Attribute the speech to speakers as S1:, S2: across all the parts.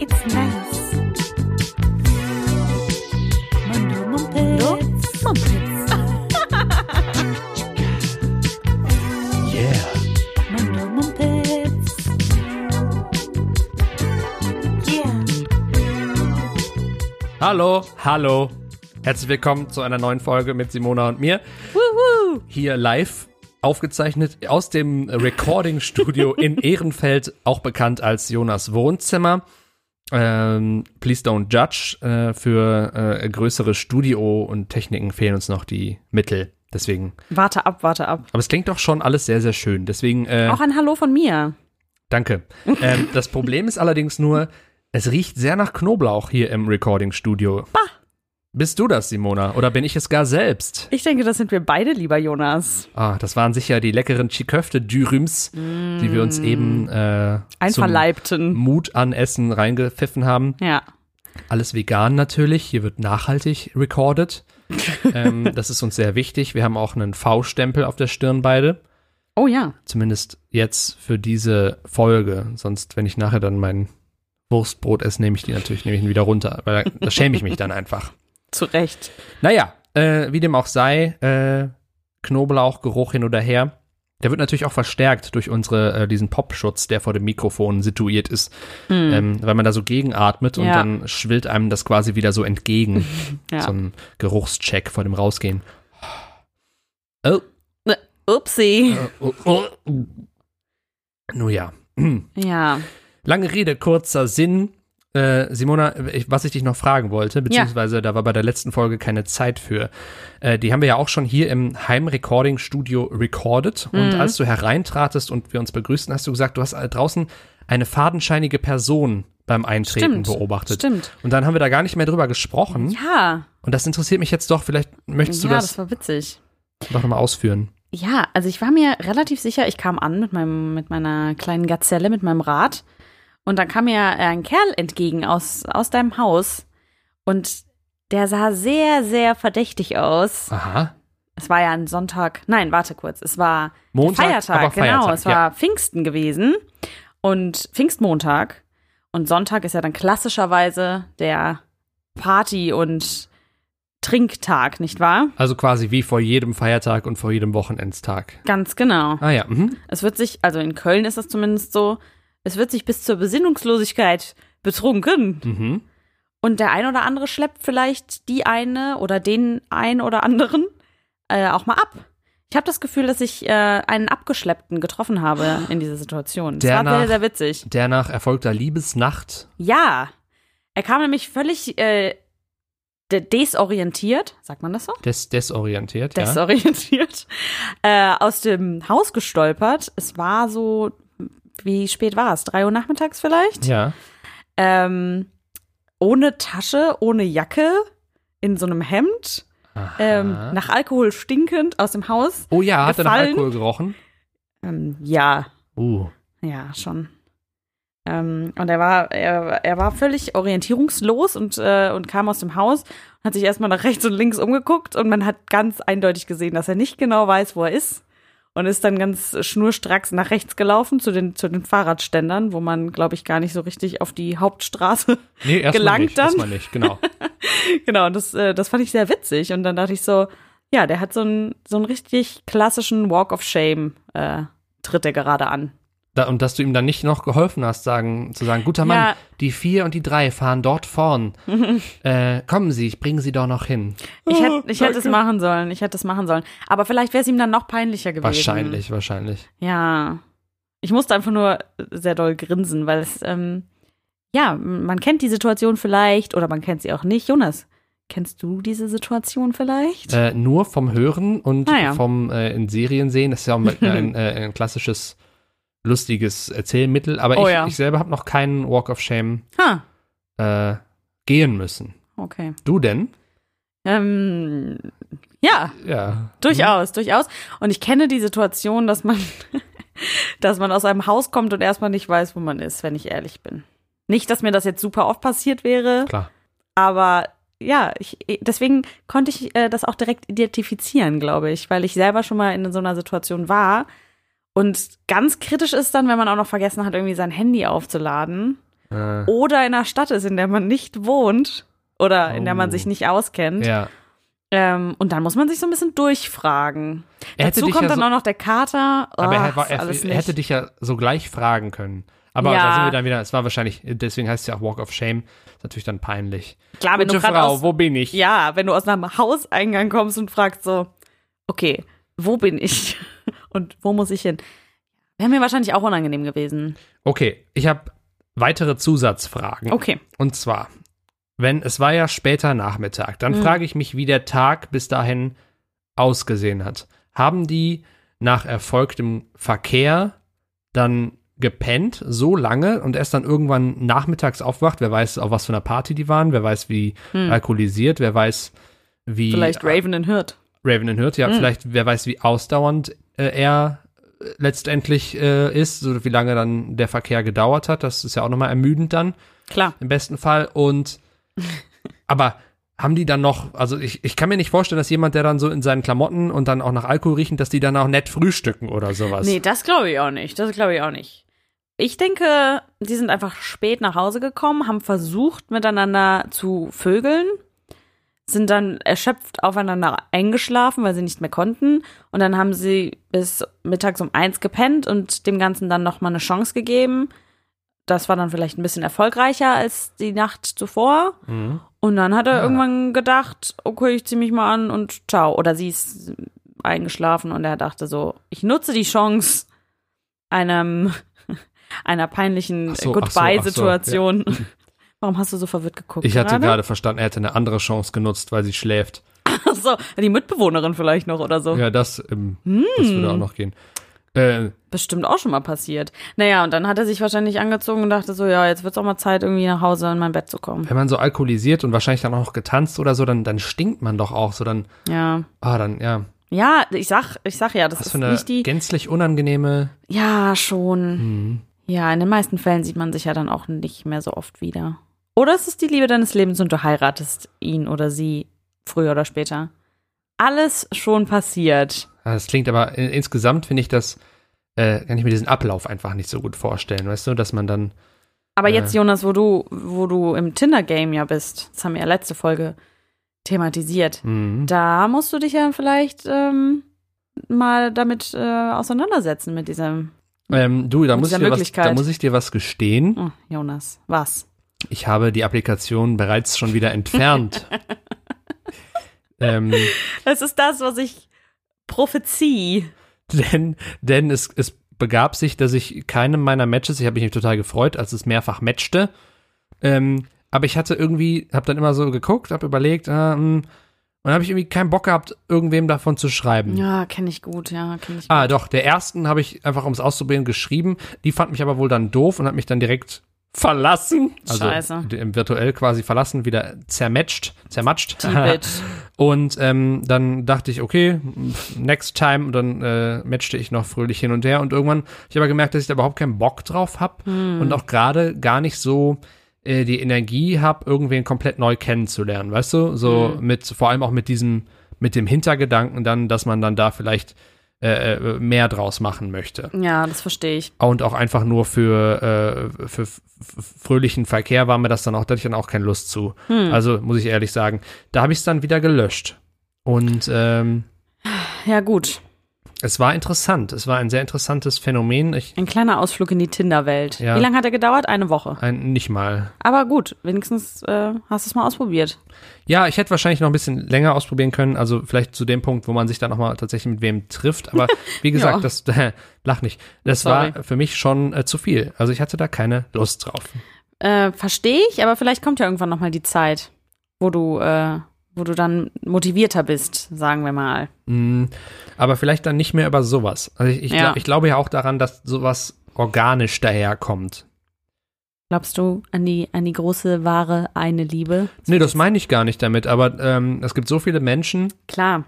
S1: It's nice. Mundo Mumpitz. Mumpitz.
S2: Yeah.
S1: Mundo Mumpitz. Yeah.
S3: Hallo, hallo. Herzlich willkommen zu einer neuen Folge mit Simona und mir. Hier live aufgezeichnet aus dem Recording Studio in Ehrenfeld, auch bekannt als Jonas Wohnzimmer. Ähm, please don't judge. Äh, für äh, größere Studio und Techniken fehlen uns noch die Mittel. Deswegen.
S4: Warte ab, warte ab.
S3: Aber es klingt doch schon alles sehr, sehr schön. Deswegen äh,
S4: Auch ein Hallo von mir.
S3: Danke. ähm, das Problem ist allerdings nur, es riecht sehr nach Knoblauch hier im Recording-Studio. Bah. Bist du das, Simona? Oder bin ich es gar selbst?
S4: Ich denke, das sind wir beide, lieber Jonas.
S3: Ah, das waren sicher die leckeren Chiköfte-Dürüms, die wir uns eben äh, zum
S4: Einverleibten.
S3: Mut an Essen reingepfiffen haben.
S4: Ja.
S3: Alles vegan natürlich. Hier wird nachhaltig recorded. ähm, das ist uns sehr wichtig. Wir haben auch einen V-Stempel auf der Stirn beide.
S4: Oh ja.
S3: Zumindest jetzt für diese Folge. Sonst, wenn ich nachher dann mein Wurstbrot esse, nehme ich die natürlich nehme ich ihn wieder runter. Weil da, da schäme ich mich dann einfach.
S4: Zu Recht.
S3: Naja, äh, wie dem auch sei, äh, Knoblauchgeruch hin oder her. Der wird natürlich auch verstärkt durch unsere, äh, diesen Popschutz, der vor dem Mikrofon situiert ist. Ähm, weil man da so gegenatmet und
S4: Hm. Ja.
S3: dann schwillt einem das quasi wieder so entgegen.
S4: Ja.
S3: So ein Geruchscheck vor dem Rausgehen. Oh,
S4: Ne, Upsi.
S3: oh, oh. Nun ja.
S4: Ja.
S3: Lange Rede, kurzer Sinn. Äh, Simona, ich, was ich dich noch fragen wollte, beziehungsweise da war bei der letzten Folge keine Zeit für. Äh, die haben wir ja auch schon hier im Heim-Recording-Studio recorded.
S4: Mhm.
S3: Und als du hereintratest und wir uns begrüßten, hast du gesagt, du hast äh, draußen eine fadenscheinige Person beim Eintreten
S4: Stimmt.
S3: beobachtet.
S4: Stimmt.
S3: Und dann haben wir da gar nicht mehr drüber gesprochen.
S4: Ja.
S3: Und das interessiert mich jetzt doch. Vielleicht möchtest
S4: Ja,
S3: Hm? du
S4: das
S3: das,
S4: war witzig.
S3: doch nochmal ausführen.
S4: Ja, also ich war mir relativ sicher, ich kam an mit, meinem, mit meiner kleinen Gazelle, mit meinem Rad. Und dann kam mir äh, ein Kerl entgegen aus, aus deinem Haus. Und der sah sehr, sehr verdächtig aus.
S3: Aha.
S4: Es war ja ein Sonntag. Nein, warte kurz. Es war
S3: Montag,
S4: Feiertag,
S3: aber Feiertag.
S4: genau. Es war
S3: ja.
S4: Pfingsten gewesen und Pfingstmontag. Und Sonntag ist ja dann klassischerweise der Party- und Trinktag, nicht wahr?
S3: Also quasi wie vor jedem Feiertag und vor jedem Wochenendstag.
S4: Ganz genau.
S3: Ah ja, mhm.
S4: Es wird sich, also in Köln ist das zumindest so, es wird sich bis zur Besinnungslosigkeit betrunken.
S3: Mhm.
S4: Und der ein oder andere schleppt vielleicht die eine oder den ein oder anderen äh, auch mal ab. Ich habe das Gefühl, dass ich äh, einen Abgeschleppten getroffen habe in dieser Situation. Das
S3: Der
S4: war
S3: nach-
S4: sehr, sehr witzig.
S3: der nach erfolgter Liebesnacht.
S4: Ja. Er kam nämlich völlig äh, de- desorientiert, sagt man das so?
S3: Des desorientiert, ja.
S4: Desorientiert. Äh, aus dem Haus gestolpert. Es war so, wie spät war es? Drei Uhr nachmittags vielleicht?
S3: Ja.
S4: ähm, ohne Tasche, ohne Jacke, in so einem Hemd,
S3: Aha.
S4: ähm, nach Alkohol stinkend aus dem Haus.
S3: oh ja, hat er nach
S4: gefallen.
S3: Alkohol gerochen?
S4: Ähm, ja,
S3: Uh.
S4: ja, schon. Ähm, und er war, er, er war völlig orientierungslos und, äh, und kam aus dem Haus und hat sich erstmal nach rechts und links umgeguckt und man hat ganz eindeutig gesehen, dass er nicht genau weiß, wo er ist. Und ist dann ganz schnurstracks nach rechts gelaufen zu den, zu den Fahrradständern, wo man, glaube ich, gar nicht so richtig auf die Hauptstraße
S3: Nee, erstmal
S4: Gelangt
S3: nicht,
S4: dann?
S3: erstmal nicht, genau.
S4: Genau, und das, äh, das fand ich sehr witzig. Und dann dachte ich so, ja, der hat so einen, so einen richtig klassischen Walk of Shame, äh, tritt er gerade an.
S3: Da, und dass du ihm dann nicht noch geholfen hast, sagen, zu sagen, guter Mann,
S4: Ja.
S3: die vier und die drei fahren dort vorn. äh, kommen Sie, ich bringe Sie doch noch hin.
S4: Ich hätte ich hätte es machen sollen, ich hätte es machen sollen. Aber vielleicht wäre es ihm dann noch peinlicher gewesen.
S3: Wahrscheinlich, wahrscheinlich.
S4: Ja. Ich musste einfach nur sehr doll grinsen, weil es, ähm, ja, man kennt die Situation vielleicht oder man kennt sie auch nicht. Jonas, kennst du diese Situation vielleicht?
S3: Äh, nur vom Hören und
S4: Ah, ja.
S3: vom äh, in Serien sehen. Das ist ja auch mal ein, äh, ein klassisches, lustiges Erzählmittel. Aber
S4: Oh
S3: ich,
S4: ja.
S3: ich selber habe noch keinen Walk of Shame
S4: Ha,
S3: äh, gehen müssen.
S4: okay.
S3: Du denn?
S4: Ähm, ja,
S3: Ja. Mhm.
S4: Durchaus, durchaus. Und ich kenne die Situation, dass man, dass man aus einem Haus kommt und erstmal nicht weiß, wo man ist, wenn ich ehrlich bin. Nicht, dass mir das jetzt super oft passiert wäre,
S3: Klar.
S4: aber ja, ich, deswegen konnte ich äh, das auch direkt identifizieren, glaube ich, weil ich selber schon mal in so einer Situation war. Und ganz kritisch ist dann, wenn man auch noch vergessen hat, irgendwie sein Handy aufzuladen
S3: Äh,
S4: oder in einer Stadt ist, in der man nicht wohnt oder in der man
S3: Oh.
S4: sich nicht auskennt.
S3: ja.
S4: Ähm, und dann muss man sich so ein bisschen durchfragen.
S3: Er hätte
S4: Dazu
S3: dich
S4: kommt
S3: ja
S4: dann
S3: so-
S4: auch noch der Kater. Oh,
S3: Aber er, war, er,
S4: alles
S3: er
S4: nicht.
S3: hätte dich ja so gleich fragen können. Aber
S4: Ja.
S3: da sind wir dann wieder, es war wahrscheinlich, deswegen heißt es ja auch Walk of Shame. Ist natürlich dann peinlich.
S4: Klar, wenn du
S3: Gute
S4: gerade
S3: Frau,
S4: aus,
S3: wo bin ich?
S4: ja, wenn du aus einem Hauseingang kommst und fragst so, okay, wo bin ich und wo muss ich hin? Wäre mir wahrscheinlich auch unangenehm gewesen.
S3: Okay, ich habe weitere Zusatzfragen.
S4: Okay.
S3: Und zwar, wenn es war ja später Nachmittag, dann frage ich mich, wie der Tag bis dahin ausgesehen hat. Haben die nach erfolgtem Verkehr dann gepennt so lange und erst dann irgendwann nachmittags aufwacht? Wer weiß, auf was für einer Party die waren? Wer weiß, wie alkoholisiert? Wer weiß, wie
S4: Vielleicht Raven in Hirt.
S3: Raven and Hood, ja, vielleicht, wer weiß, wie ausdauernd äh, er äh, letztendlich äh, ist, so wie lange dann der Verkehr gedauert hat. Das ist ja auch nochmal ermüdend dann,
S4: Klar.
S3: im besten Fall. Und aber haben die dann noch, also ich, ich kann mir nicht vorstellen, dass jemand, der dann so in seinen Klamotten und dann auch nach Alkohol riechen, dass die dann auch nett frühstücken oder sowas.
S4: Nee, das glaube ich auch nicht. Das glaube ich auch nicht. Ich denke, die sind einfach spät nach Hause gekommen, haben versucht, miteinander zu vögeln, sind dann erschöpft aufeinander eingeschlafen, weil sie nicht mehr konnten. Und dann haben sie bis mittags um eins gepennt und dem Ganzen dann nochmal eine Chance gegeben. Das war dann vielleicht ein bisschen erfolgreicher als die Nacht zuvor.
S3: Mhm.
S4: Und dann hat er
S3: Ah.
S4: irgendwann gedacht, okay, ich zieh mich mal an und ciao. Oder sie ist eingeschlafen und er dachte so, ich nutze die Chance einem einer peinlichen
S3: Ach so, ach so, ach so,
S4: Goodbye-Situation. Warum hast du so verwirrt geguckt?
S3: Ich hatte gerade verstanden, er hätte eine andere Chance genutzt, weil sie schläft.
S4: Ach so, die Mitbewohnerin vielleicht noch oder so.
S3: Ja, das, ähm,
S4: Hm.
S3: das würde auch noch gehen. Äh,
S4: Bestimmt auch schon mal passiert. Naja, und dann hat er sich wahrscheinlich angezogen und dachte so, ja, jetzt wird's auch mal Zeit, irgendwie nach Hause in mein Bett zu kommen.
S3: wenn man so alkoholisiert und wahrscheinlich dann auch noch getanzt oder so, dann, dann stinkt man doch auch so, dann,
S4: Ja.
S3: ah, dann, ja,
S4: Ja, ich sag, ich sag ja, das
S3: Was
S4: ist
S3: für eine
S4: nicht die. Hm.
S3: gänzlich unangenehme.
S4: Ja, schon. Ja, in den meisten Fällen sieht man sich ja dann auch nicht mehr so oft wieder. Oder es ist die Liebe deines Lebens und du heiratest ihn oder sie früher oder später. Alles schon passiert.
S3: Ah, Das klingt aber äh, insgesamt finde ich das äh, kann ich mir diesen Ablauf einfach nicht so gut vorstellen, weißt du, dass man dann
S4: Aber jetzt, Jonas, wo du, wo du im Tinder-Game ja bist, das haben wir ja letzte Folge thematisiert,
S3: mh,
S4: da musst du dich ja vielleicht ähm, mal damit äh, auseinandersetzen mit diesem.
S3: ähm, du, da
S4: Mit
S3: muss ich
S4: dieser
S3: dir was,
S4: Möglichkeit.
S3: da muss ich dir was gestehen.
S4: Oh, Jonas, was?
S3: Ich habe die Applikation bereits schon wieder entfernt. ähm,
S4: Das ist das, was ich prophezie.
S3: denn denn es, es begab sich, dass ich keinem meiner Matches, ich habe mich total gefreut, als es mehrfach matchte, ähm, aber ich hatte irgendwie, habe dann immer so geguckt, habe überlegt, ah, mh, und dann habe ich irgendwie keinen Bock gehabt, irgendwem davon zu schreiben.
S4: Ja, kenne ich gut, ja, kenne ich.
S3: Ah, doch, der ersten habe ich einfach, um es auszubilden, geschrieben. Die fand mich aber wohl dann doof und hat mich dann direkt verlassen. Also
S4: Scheiße.
S3: d- im virtuell quasi verlassen, wieder zermatcht, zermatscht.
S4: Die Bitch.
S3: und ähm, dann dachte ich, okay, pff, next time. Und dann äh, matchte ich noch fröhlich hin und her. Und irgendwann habe ich aber gemerkt, dass ich da überhaupt keinen Bock drauf habe und auch gerade gar nicht so äh, die Energie habe, irgendwen komplett neu kennenzulernen, weißt du? So mit, vor allem auch mit diesem, mit dem Hintergedanken dann, dass man dann da vielleicht äh, äh, mehr draus machen möchte.
S4: Ja, das verstehe ich.
S3: Und auch einfach nur für, äh, für f- f- fröhlichen Verkehr war mir das dann auch, da hatte ich dann auch keine Lust zu.
S4: Hm.
S3: Also muss ich ehrlich sagen, da habe ich es dann wieder gelöscht. Und ähm,
S4: Ja, gut.
S3: es war interessant. Es war ein sehr interessantes Phänomen. Ich,
S4: Ein kleiner Ausflug in die Tinder-Welt.
S3: Ja.
S4: Wie lange hat er gedauert? Eine Woche.
S3: ein, nicht mal.
S4: Aber gut, wenigstens äh, hast du es mal ausprobiert.
S3: Ja, ich hätte wahrscheinlich noch ein bisschen länger ausprobieren können, also vielleicht zu dem Punkt, wo man sich dann noch mal tatsächlich mit wem trifft, aber wie gesagt,
S4: Ja.
S3: das lach nicht. Das war
S4: Sorry.
S3: für mich schon äh, zu viel. Also ich hatte da keine Lust drauf.
S4: Äh, verstehe ich, aber vielleicht kommt ja irgendwann nochmal die Zeit, wo du, äh, wo du dann motivierter bist, sagen wir mal.
S3: Mm, aber vielleicht dann nicht mehr über sowas. Also ich, ich,
S4: Ja.
S3: glaub, ich glaube ja auch daran, dass sowas organisch daherkommt.
S4: Glaubst du an die, an die große, wahre, eine Liebe?
S3: Nee, das meine ich gar nicht damit, aber ähm, es gibt so viele Menschen,
S4: Klar,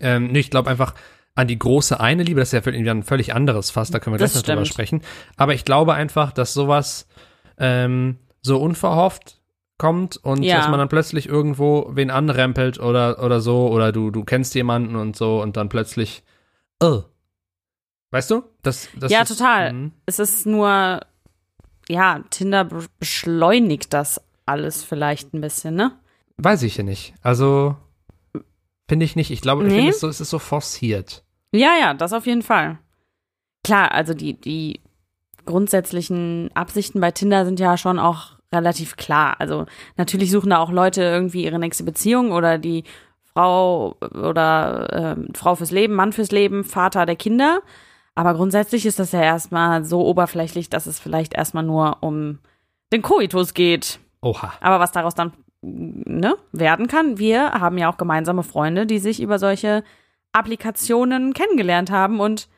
S3: Ähm, nee, ich glaube einfach an die große eine Liebe, das ist ja völlig- ein völlig anderes Fass, da können wir
S4: Das
S3: gleich noch drüber
S4: stimmt.
S3: sprechen. Aber ich glaube einfach, dass sowas ähm, so unverhofft kommt und
S4: Ja.
S3: dass man dann plötzlich irgendwo wen anrempelt oder, oder so oder du, du kennst jemanden und so und dann plötzlich, oh. Weißt du? Das, das
S4: Ja,
S3: ist,
S4: total.
S3: Mhm.
S4: Es ist nur, ja, Tinder be- beschleunigt das alles vielleicht ein bisschen, ne?
S3: Weiß ich ja nicht. Also, finde ich nicht. Ich glaube, ich
S4: Nee.
S3: finde es so, es ist so forciert.
S4: Ja, ja, das auf jeden Fall. Klar, also die, die grundsätzlichen Absichten bei Tinder sind ja schon auch relativ klar. Also natürlich suchen da auch Leute irgendwie ihre nächste Beziehung oder die Frau oder ähm, Frau fürs Leben, Mann fürs Leben, Vater der Kinder. Aber grundsätzlich ist das ja erstmal so oberflächlich, dass es vielleicht erstmal nur um den Koitus geht.
S3: Oha.
S4: Aber was daraus dann ne, werden kann, wir haben ja auch gemeinsame Freunde, die sich über solche Applikationen kennengelernt haben und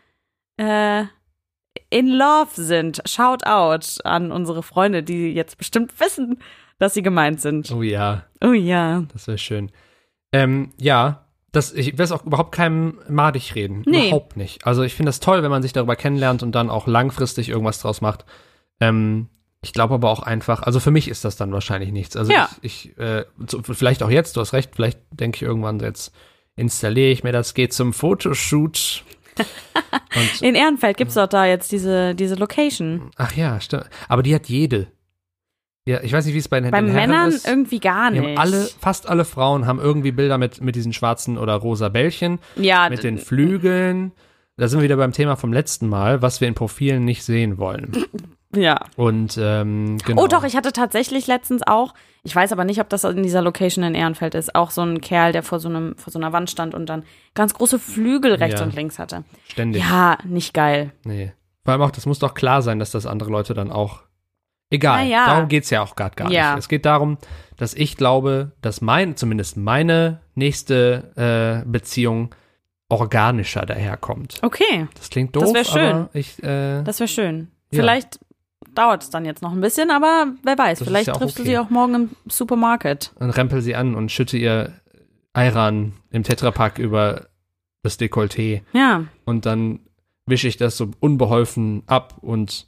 S4: äh, in love sind. Shout out an unsere Freunde, die jetzt bestimmt wissen, dass sie gemeint sind.
S3: Oh ja.
S4: Oh ja.
S3: Das wäre schön. Ähm, ja, das, ich will es auch überhaupt keinem madig reden.
S4: Nee.
S3: Überhaupt nicht. Also ich finde das toll, wenn man sich darüber kennenlernt und dann auch langfristig irgendwas draus macht. Ähm, ich glaube aber auch einfach, also für mich ist das dann wahrscheinlich nichts. Also
S4: Ja.
S3: ich, ich äh, zu, vielleicht auch jetzt, du hast recht, vielleicht denke ich irgendwann jetzt, installiere ich mir das, geht zum Fotoshoot. und,
S4: In Ehrenfeld gibt's doch da jetzt diese, diese Location.
S3: ach ja, stimmt. Aber die hat jede. Ja, ich weiß nicht, wie es bei den,
S4: Bei
S3: den Herren
S4: Männern
S3: ist.
S4: irgendwie gar
S3: Die
S4: nicht.
S3: haben alle, fast alle Frauen haben irgendwie Bilder mit, mit diesen schwarzen oder rosa Bällchen,
S4: ja,
S3: mit den Flügeln. Da sind wir wieder beim Thema vom letzten Mal, was wir in Profilen nicht sehen wollen.
S4: ja.
S3: Und ähm, genau.
S4: Oh doch, ich hatte tatsächlich letztens auch, ich weiß aber nicht, ob das in dieser Location in Ehrenfeld ist, auch so ein Kerl, der vor so, einem, vor so einer Wand stand und dann ganz große Flügel rechts
S3: Ja.
S4: und links hatte.
S3: ständig.
S4: Ja, nicht geil.
S3: Nee. Vor allem auch, das muss doch klar sein, dass das andere Leute dann auch. Egal,
S4: Na ja.
S3: darum geht's ja auch gerade gar
S4: Ja.
S3: nicht. Es geht darum, dass ich glaube, dass mein, zumindest meine nächste äh, Beziehung organischer daherkommt.
S4: Okay,
S3: Das klingt
S4: Das
S3: doof,
S4: wär schön.
S3: aber ich äh,
S4: das wäre schön.
S3: Ja.
S4: Vielleicht dauert es dann jetzt noch ein bisschen, aber wer weiß,
S3: Das ist
S4: vielleicht
S3: ja auch
S4: triffst du
S3: okay.
S4: sie auch morgen im Supermarket.
S3: und rempel sie an und schütte ihr Ayran im Tetrapack über das Dekolleté
S4: Ja,
S3: und dann wische ich das so unbeholfen ab und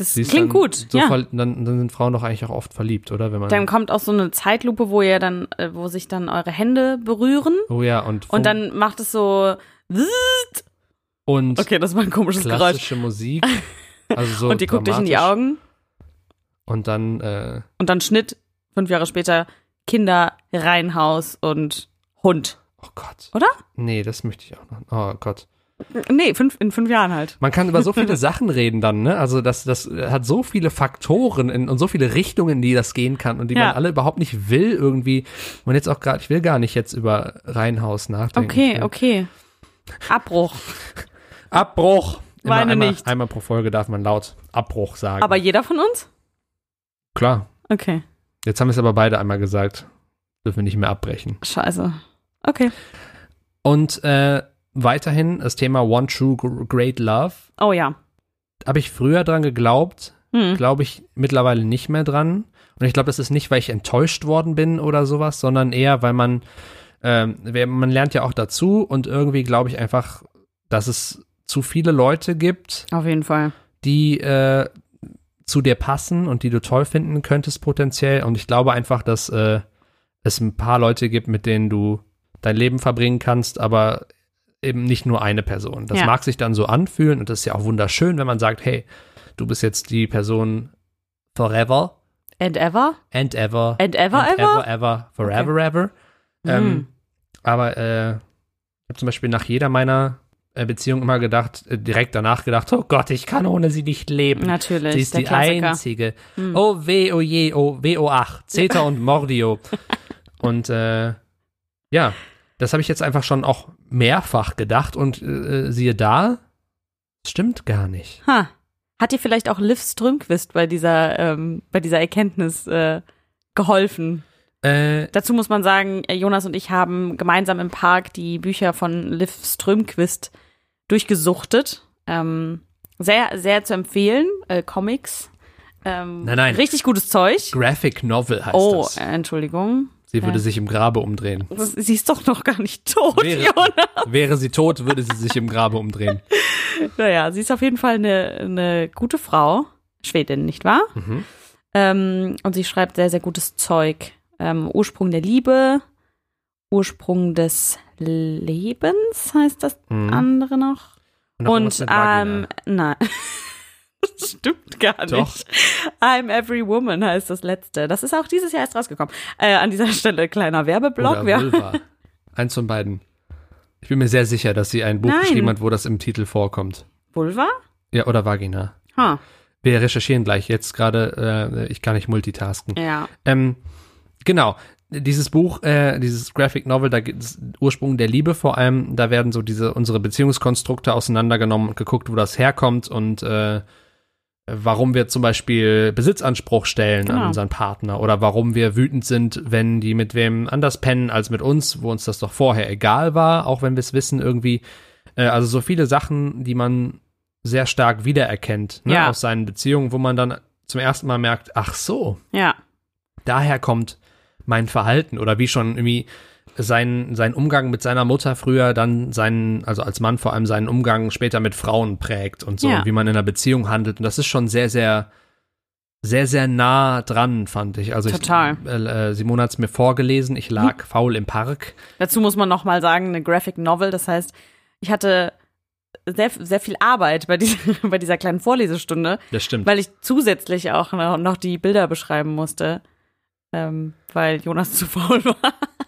S4: das
S3: sie ist
S4: klingt
S3: dann
S4: gut.
S3: So
S4: ja.
S3: verl- dann, dann sind Frauen doch eigentlich auch oft verliebt, oder? Wenn man
S4: Dann kommt auch so eine Zeitlupe, wo ihr dann, äh, wo sich dann eure Hände berühren
S3: oh ja
S4: und
S3: und Funk-
S4: dann macht es so.
S3: und
S4: Okay, das war ein komisches Geräusch.
S3: klassische Musik, also so
S4: Und die guckt dich in die
S3: dramatisch.
S4: Augen.
S3: und dann äh,
S4: Und dann Schnitt, fünf Jahre später, Kinder, Reihenhaus und Hund.
S3: oh Gott,
S4: Oder?
S3: nee, das möchte ich auch noch. Oh Gott.
S4: Nee, fünf, in fünf Jahren halt.
S3: Man kann über so viele Sachen reden dann, ne? Also das, das hat so viele Faktoren in, und so viele Richtungen, in die das gehen kann und die
S4: Ja.
S3: man alle überhaupt nicht will irgendwie. Und jetzt auch gerade, ich will gar nicht jetzt über Reihenhaus nachdenken. Ich
S4: Okay,
S3: will-
S4: okay. Abbruch.
S3: Abbruch! Immer
S4: Meine
S3: einmal,
S4: nicht.
S3: einmal pro Folge darf man laut Abbruch sagen.
S4: Aber jeder von uns?
S3: klar.
S4: Okay.
S3: Jetzt haben wir es aber beide einmal gesagt. Dürfen wir nicht mehr abbrechen.
S4: Scheiße. Okay.
S3: Und äh, weiterhin das Thema One True Gr- Great Love.
S4: Oh ja.
S3: Habe ich früher dran geglaubt,
S4: Hm.
S3: glaube ich mittlerweile nicht mehr dran. Und ich glaube, das ist nicht, weil ich enttäuscht worden bin oder sowas, sondern eher, weil man, ähm, wer- man lernt ja auch dazu und irgendwie glaube ich einfach, dass es zu viele Leute gibt,
S4: Auf jeden Fall.
S3: die äh, zu dir passen und die du toll finden könntest potenziell. Und ich glaube einfach, dass äh, es ein paar Leute gibt, mit denen du dein Leben verbringen kannst, aber eben nicht nur eine Person. Das
S4: Ja.
S3: mag sich dann so anfühlen und das ist ja auch wunderschön, wenn man sagt, hey, du bist jetzt die Person forever
S4: And ever?
S3: and ever
S4: And ever,
S3: and
S4: ever?
S3: ever, ever, forever, ever. Ähm,
S4: Hm.
S3: Aber äh, ich habe zum Beispiel nach jeder meiner äh, Beziehungen immer gedacht, äh, direkt danach gedacht, oh Gott, ich kann ohne sie nicht leben.
S4: Natürlich.
S3: Sie ist
S4: der
S3: die
S4: Klassiker. Hm.
S3: einzige. Oh weh, oh je, oh weh, oh ach. Zeta und Mordio. Und äh, ja, das habe ich jetzt einfach schon auch mehrfach gedacht und äh, siehe da, es stimmt gar nicht.
S4: Ha. Hat dir vielleicht auch Liv Strömquist bei dieser, ähm, bei dieser Erkenntnis äh, geholfen?
S3: Äh,
S4: Dazu muss man sagen, Jonas und ich haben gemeinsam im Park die Bücher von Liv Strömquist durchgesuchtet. Ähm, sehr, sehr zu empfehlen. Äh, Comics. Ähm,
S3: Nein, nein.
S4: Richtig gutes Zeug.
S3: Graphic Novel heißt
S4: Oh,
S3: das.
S4: äh, Entschuldigung.
S3: Sie würde
S4: äh.
S3: sich im Grabe umdrehen.
S4: Das, sie ist doch noch gar nicht tot,
S3: Wäre-
S4: Jonas.
S3: Wäre sie tot, würde sie sich im Grabe umdrehen. Mhm.
S4: Naja, sie ist auf jeden Fall eine, eine gute Frau. Schwedin, nicht wahr? Ähm, und sie schreibt sehr, sehr gutes Zeug. Ähm, Ursprung der Liebe, Ursprung des Lebens heißt das
S3: Mhm.
S4: andere noch.
S3: noch
S4: Und
S3: irgendwas mit
S4: ähm,
S3: Vagina.
S4: nein. Das stimmt gar nicht.
S3: Doch.
S4: I'm Every Woman heißt das letzte. Das ist auch dieses Jahr erst rausgekommen. Äh, an dieser Stelle kleiner Werbeblock.
S3: Oder
S4: Wir-
S3: Vulva. Eins von beiden. Ich bin mir sehr sicher, dass sie ein Buch
S4: Nein.
S3: geschrieben hat, wo das im Titel vorkommt.
S4: Vulva?
S3: Ja, oder Vagina.
S4: Ha.
S3: Wir recherchieren gleich jetzt gerade, äh, ich kann nicht multitasken.
S4: Ja.
S3: Ähm, genau. Dieses Buch, äh, dieses Graphic Novel, da geht es Ursprung der Liebe vor allem, da werden so diese unsere Beziehungskonstrukte auseinandergenommen und geguckt, wo das herkommt und äh, warum wir zum Beispiel Besitzanspruch stellen an
S4: Genau.
S3: unseren Partner oder warum wir wütend sind, wenn die mit wem anders pennen als mit uns, wo uns das doch vorher egal war, auch wenn wir es wissen irgendwie. Äh, also so viele Sachen, die man sehr stark wiedererkennt ne,
S4: Ja.
S3: aus seinen Beziehungen, wo man dann zum ersten Mal merkt, ach so,
S4: Ja.
S3: daher kommt mein Verhalten oder wie schon irgendwie sein, sein Umgang mit seiner Mutter früher dann seinen, also als Mann vor allem seinen Umgang später mit Frauen prägt und so,
S4: Ja.
S3: und wie man in einer Beziehung handelt. Und das ist schon sehr, sehr, sehr, sehr nah dran, fand ich. Also
S4: Total. Hm.
S3: Ich, äh, äh, Simone hat es mir vorgelesen, ich lag faul im Park.
S4: Dazu muss man nochmal sagen, eine Graphic Novel. Das heißt, ich hatte sehr, sehr viel Arbeit bei dieser, bei dieser kleinen Vorlesestunde,
S3: Das stimmt.
S4: weil ich zusätzlich auch noch noch die Bilder beschreiben musste, ähm, weil Jonas zu faul war.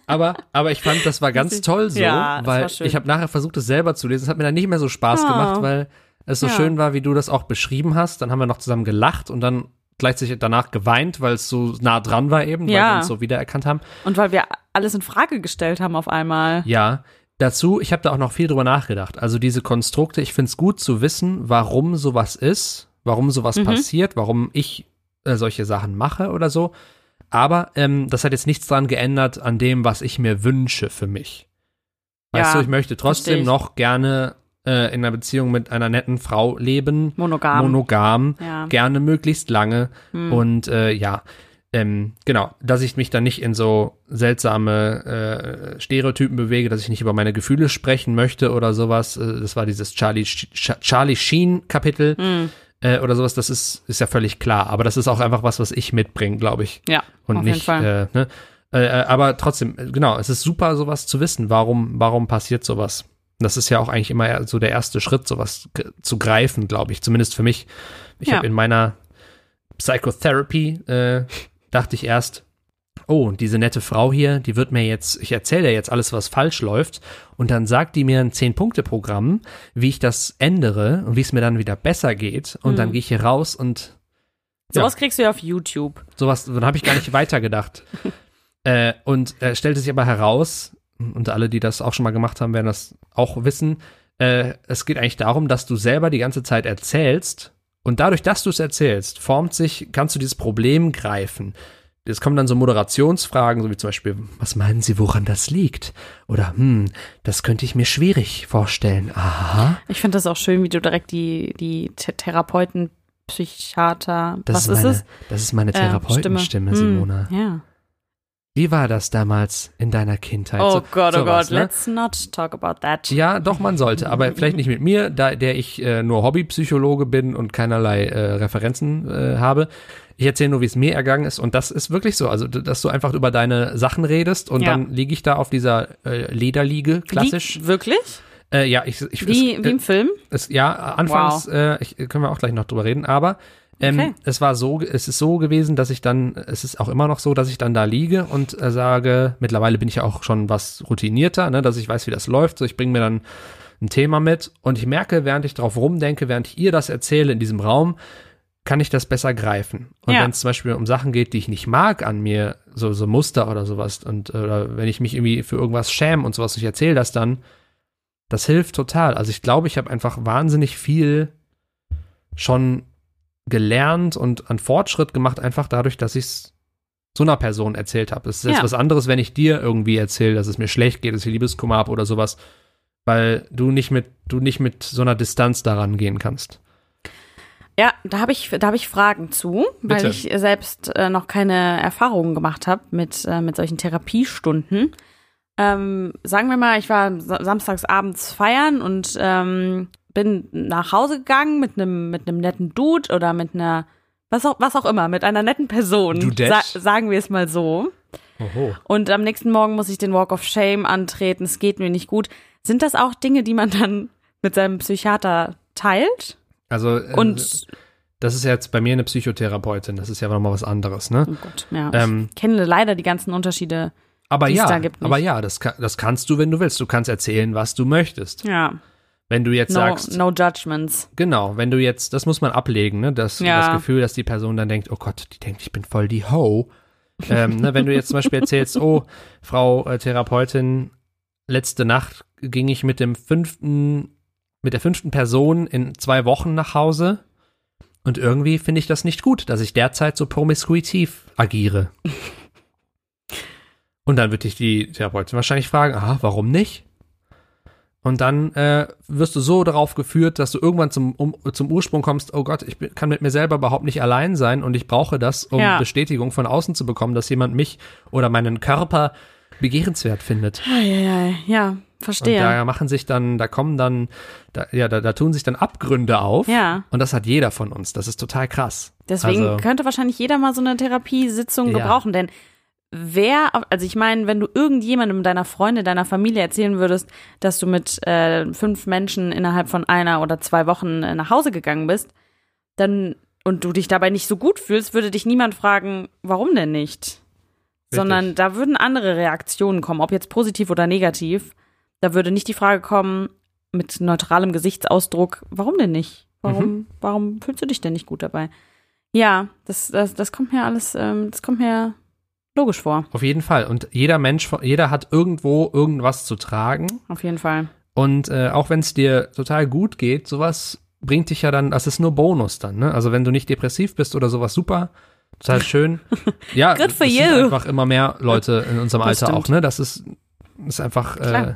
S3: Aber, aber ich fand, das war ganz toll so,
S4: Ja, das
S3: weil
S4: war schön.
S3: ich habe nachher versucht, es selber zu lesen. Es hat mir dann nicht mehr so Spaß
S4: Ah.
S3: gemacht, weil es so
S4: Ja.
S3: schön war, wie du das auch beschrieben hast. Dann haben wir noch zusammen gelacht und dann gleichzeitig danach geweint, weil es so nah dran war eben, weil
S4: Ja.
S3: wir uns so wiedererkannt haben.
S4: Und weil wir alles in Frage gestellt haben auf einmal.
S3: Ja, dazu, ich habe da auch noch viel drüber nachgedacht. Also diese Konstrukte, ich finde es gut zu wissen, warum sowas ist, warum sowas
S4: Mhm.
S3: passiert, warum ich äh, solche Sachen mache oder so. Aber ähm, das hat jetzt nichts daran geändert, an dem, was ich mir wünsche für mich.
S4: Ja,
S3: Weißt du, ich möchte trotzdem
S4: versteh ich.
S3: noch gerne äh, in einer Beziehung mit einer netten Frau leben,
S4: Monogam.
S3: monogam,
S4: ja.
S3: gerne möglichst lange. Und äh, ja, ähm, genau, dass ich mich dann nicht in so seltsame äh, Stereotypen bewege, dass ich nicht über meine Gefühle sprechen möchte oder sowas. Äh, Das war dieses Charlie, Sch- Sch- Charlie Sheen-Kapitel äh, oder sowas. Das ist, ist ja völlig klar. Aber das ist auch einfach was, was ich mitbringe, glaube ich.
S4: Ja,
S3: Und
S4: auf
S3: nicht,
S4: jeden Fall.
S3: Äh, ne? äh, äh, aber trotzdem, äh, genau, es ist super, sowas zu wissen. Warum, warum passiert sowas? Das ist ja auch eigentlich immer so der erste Schritt, sowas g- zu greifen, glaube ich. Zumindest für mich. Ich
S4: Ja.
S3: habe in meiner Psychotherapy äh, dachte ich erst, oh, diese nette Frau hier, die wird mir jetzt, ich erzähle ihr jetzt alles, was falsch läuft, und dann sagt die mir ein Zehn-Punkte-Programm, wie ich das ändere und wie es mir dann wieder besser geht. Und
S4: Mhm.
S3: dann gehe ich hier raus und
S4: Sowas kriegst du ja auf YouTube.
S3: sowas, dann habe ich gar nicht weitergedacht. äh, und äh, stellte sich aber heraus, und alle, die das auch schon mal gemacht haben, werden das auch wissen, äh, es geht eigentlich darum, dass du selber die ganze Zeit erzählst und dadurch, dass du es erzählst, formt sich, kannst du dieses Problem greifen. Es kommen dann so Moderationsfragen, so wie zum Beispiel, was meinen Sie, woran das liegt? Oder, hm, das könnte ich mir schwierig vorstellen. Aha.
S4: Ich finde das auch schön, wie du direkt die, die Th Therapeuten, Psychiater, was
S3: Das ist,
S4: ist
S3: meine,
S4: es?
S3: Das ist meine
S4: Äh,
S3: Therapeutenstimme,
S4: Stimme.
S3: Simona.
S4: Hm, ja.
S3: Wie war das damals in deiner Kindheit?
S4: Oh
S3: So-
S4: Gott, oh
S3: sowas,
S4: Gott,
S3: ne?
S4: let's not talk about that.
S3: Ja, doch, man sollte, aber vielleicht nicht mit mir, da, der ich äh, nur Hobbypsychologe bin und keinerlei äh, Referenzen äh, habe. Ich erzähle nur, wie es mir ergangen ist und das ist wirklich so, also d- dass du einfach über deine Sachen redest und
S4: Ja.
S3: dann liege ich da auf dieser äh, Lederliege, klassisch.
S4: Wie, wirklich?
S3: Äh, ja, ich, ich
S4: Wie,
S3: es, äh,
S4: wie im Film?
S3: es, ja, anfangs äh, ich, können wir auch gleich noch drüber reden, aber ähm,
S4: Okay.
S3: es war so, es ist so gewesen, dass ich dann, es ist auch immer noch so, dass ich dann da liege und äh, sage, mittlerweile bin ich ja auch schon was routinierter, ne, dass ich weiß, wie das läuft. So, ich bringe mir dann ein Thema mit und ich merke, während ich drauf rumdenke, während ich ihr das erzähle in diesem Raum, kann ich das besser greifen. Und
S4: Ja.
S3: wenn es zum Beispiel um Sachen geht, die ich nicht mag an mir, so, so Muster oder sowas, und oder wenn ich mich irgendwie für irgendwas schäme und sowas, ich erzähle das dann, das hilft total. Also ich glaube, ich habe einfach wahnsinnig viel schon gelernt und an Fortschritt gemacht, einfach dadurch, dass ich es so einer Person erzählt habe. Es ist jetzt
S4: Ja.
S3: was anderes, wenn ich dir irgendwie erzähle, dass es mir schlecht geht, dass ich Liebeskummer habe oder sowas, weil du nicht mit, du nicht mit so einer Distanz daran gehen kannst.
S4: Ja, da habe ich, da hab ich Fragen zu,
S3: Bitte.
S4: weil ich selbst äh, noch keine Erfahrungen gemacht habe mit, äh, mit solchen Therapiestunden. Ähm, sagen wir mal, ich war sa- samstags abends feiern und ähm, bin nach Hause gegangen mit einem mit einem netten Dude oder mit einer was auch, was auch immer, mit einer netten Person,
S3: Dudette.
S4: sagen wir es mal so.
S3: Oho.
S4: Und am nächsten Morgen muss ich den Walk of Shame antreten, es geht mir nicht gut. Sind das auch Dinge, die man dann mit seinem Psychiater teilt?
S3: Also, äh,
S4: Und,
S3: das ist jetzt bei mir eine Psychotherapeutin, das ist ja nochmal was anderes, ne?
S4: oh Gott, ja,
S3: Ähm,
S4: ich kenne leider die ganzen Unterschiede.
S3: Aber
S4: die es
S3: ja,
S4: da gibt,
S3: aber
S4: nicht.
S3: ja, das, ka- das kannst du, wenn du willst. Du kannst erzählen, was du möchtest.
S4: Ja,
S3: Wenn du jetzt
S4: no,
S3: sagst,
S4: no judgments.
S3: genau, wenn du jetzt, das muss man ablegen, ne? Das,
S4: Ja.
S3: das Gefühl, dass die Person dann denkt, oh Gott, die denkt, ich bin voll die Ho. ähm, ne, wenn du jetzt zum Beispiel erzählst, oh, Frau äh, Therapeutin, letzte Nacht ging ich mit dem fünften, mit der fünften Person in zwei Wochen nach Hause und irgendwie finde ich das nicht gut, dass ich derzeit so promiskuitiv agiere. Und dann wird dich die Therapeutin wahrscheinlich fragen, aha, warum nicht? Und dann äh, wirst du so darauf geführt, dass du irgendwann zum, um, zum Ursprung kommst, oh Gott, ich bin, kann mit mir selber überhaupt nicht allein sein und ich brauche das, um
S4: Ja.
S3: Bestätigung von außen zu bekommen, dass jemand mich oder meinen Körper begehrenswert findet.
S4: Eieiei, ja, verstehe.
S3: Und da machen sich dann, da kommen dann, da, ja, da, da tun sich dann Abgründe auf.
S4: Ja.
S3: Und das hat jeder von uns. Das ist total krass.
S4: Deswegen
S3: also,
S4: könnte wahrscheinlich jeder mal so eine Therapiesitzung
S3: Ja.
S4: gebrauchen, denn wer, also ich meine, wenn du irgendjemandem deiner Freunde, deiner Familie erzählen würdest, dass du mit äh, fünf Menschen innerhalb von einer oder zwei Wochen äh, nach Hause gegangen bist, dann und du dich dabei nicht so gut fühlst, würde dich niemand fragen, warum denn nicht? Sondern da würden andere Reaktionen kommen, ob jetzt positiv oder negativ. Da würde nicht die Frage kommen, mit neutralem Gesichtsausdruck, warum denn nicht? Warum, warum fühlst du dich denn nicht gut dabei? Ja, das, das, das kommt mir alles, ähm, das kommt mir logisch vor,
S3: Auf jeden Fall. Und jeder Mensch, von- jeder hat irgendwo irgendwas zu tragen.
S4: auf jeden Fall.
S3: Und äh, auch wenn es dir total gut geht, sowas bringt dich ja dann, das ist nur Bonus dann, ne? Also wenn du nicht depressiv bist oder sowas, super, total schön. Ja,
S4: Good for
S3: es
S4: you.
S3: sind einfach immer mehr Leute in unserem
S4: Das
S3: Alter auch,
S4: stimmt.
S3: ne? Das ist, ist einfach, äh,
S4: Klar. Mhm.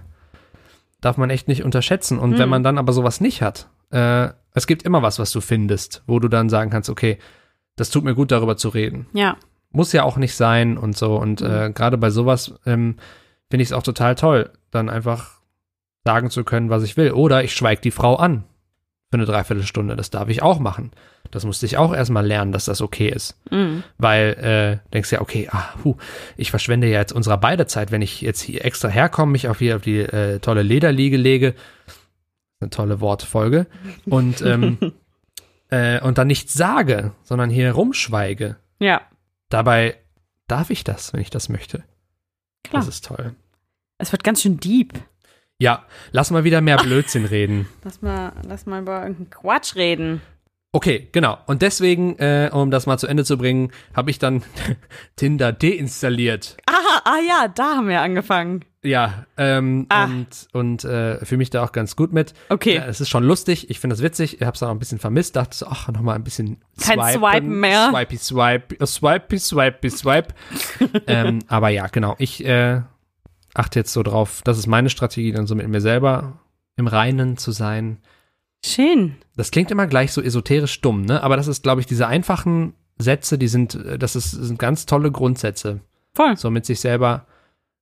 S3: darf man echt nicht unterschätzen. Und wenn man dann aber sowas nicht hat, äh, es gibt immer was, was du findest, wo du dann sagen kannst, okay, das tut mir gut, darüber zu reden
S4: Ja,
S3: muss ja auch nicht sein und so. Und äh, gerade bei sowas ähm, finde ich es auch total toll, dann einfach sagen zu können, was ich will. Oder ich schweige die Frau an für eine Dreiviertelstunde. Das darf ich auch machen. Das musste ich auch erstmal lernen, dass das okay ist.
S4: mm,
S3: Weil äh, denkst ja, okay, ah, puh, ich verschwende ja jetzt unserer beide Zeit, wenn ich jetzt hier extra herkomme, mich auf hier auf die äh, tolle Lederliege lege. Eine tolle Wortfolge. Und, ähm, äh, und dann nichts sage, sondern hier rumschweige.
S4: ja,
S3: Dabei darf ich das, wenn ich das möchte.
S4: Klar.
S3: Das ist toll.
S4: es wird ganz schön deep.
S3: Ja, lass mal wieder mehr Blödsinn reden.
S4: Lass mal, lass mal über irgendeinen Quatsch reden.
S3: Okay, genau. Und deswegen, äh, um das mal zu Ende zu bringen, habe ich dann Tinder deinstalliert.
S4: Ah, ah ja, da haben wir angefangen.
S3: Ja, ähm,
S4: Ah.
S3: und, und äh, fühle mich da auch ganz gut mit.
S4: Okay.
S3: Ja, es ist schon lustig, ich finde das witzig, ich habe es auch ein bisschen vermisst, dachte so, ach, nochmal ein bisschen
S4: Kein Swipen mehr.
S3: Swipey, swipe, äh, swipey, swipey, swipe. ähm, aber ja, genau, ich äh, achte jetzt so drauf, das ist meine Strategie, dann so mit mir selber im Reinen zu sein.
S4: Schön.
S3: Das klingt immer gleich so esoterisch dumm, ne? Aber das ist, glaube ich, diese einfachen Sätze, die sind, äh, das ist, sind ganz tolle Grundsätze
S4: Voll.
S3: so mit sich selber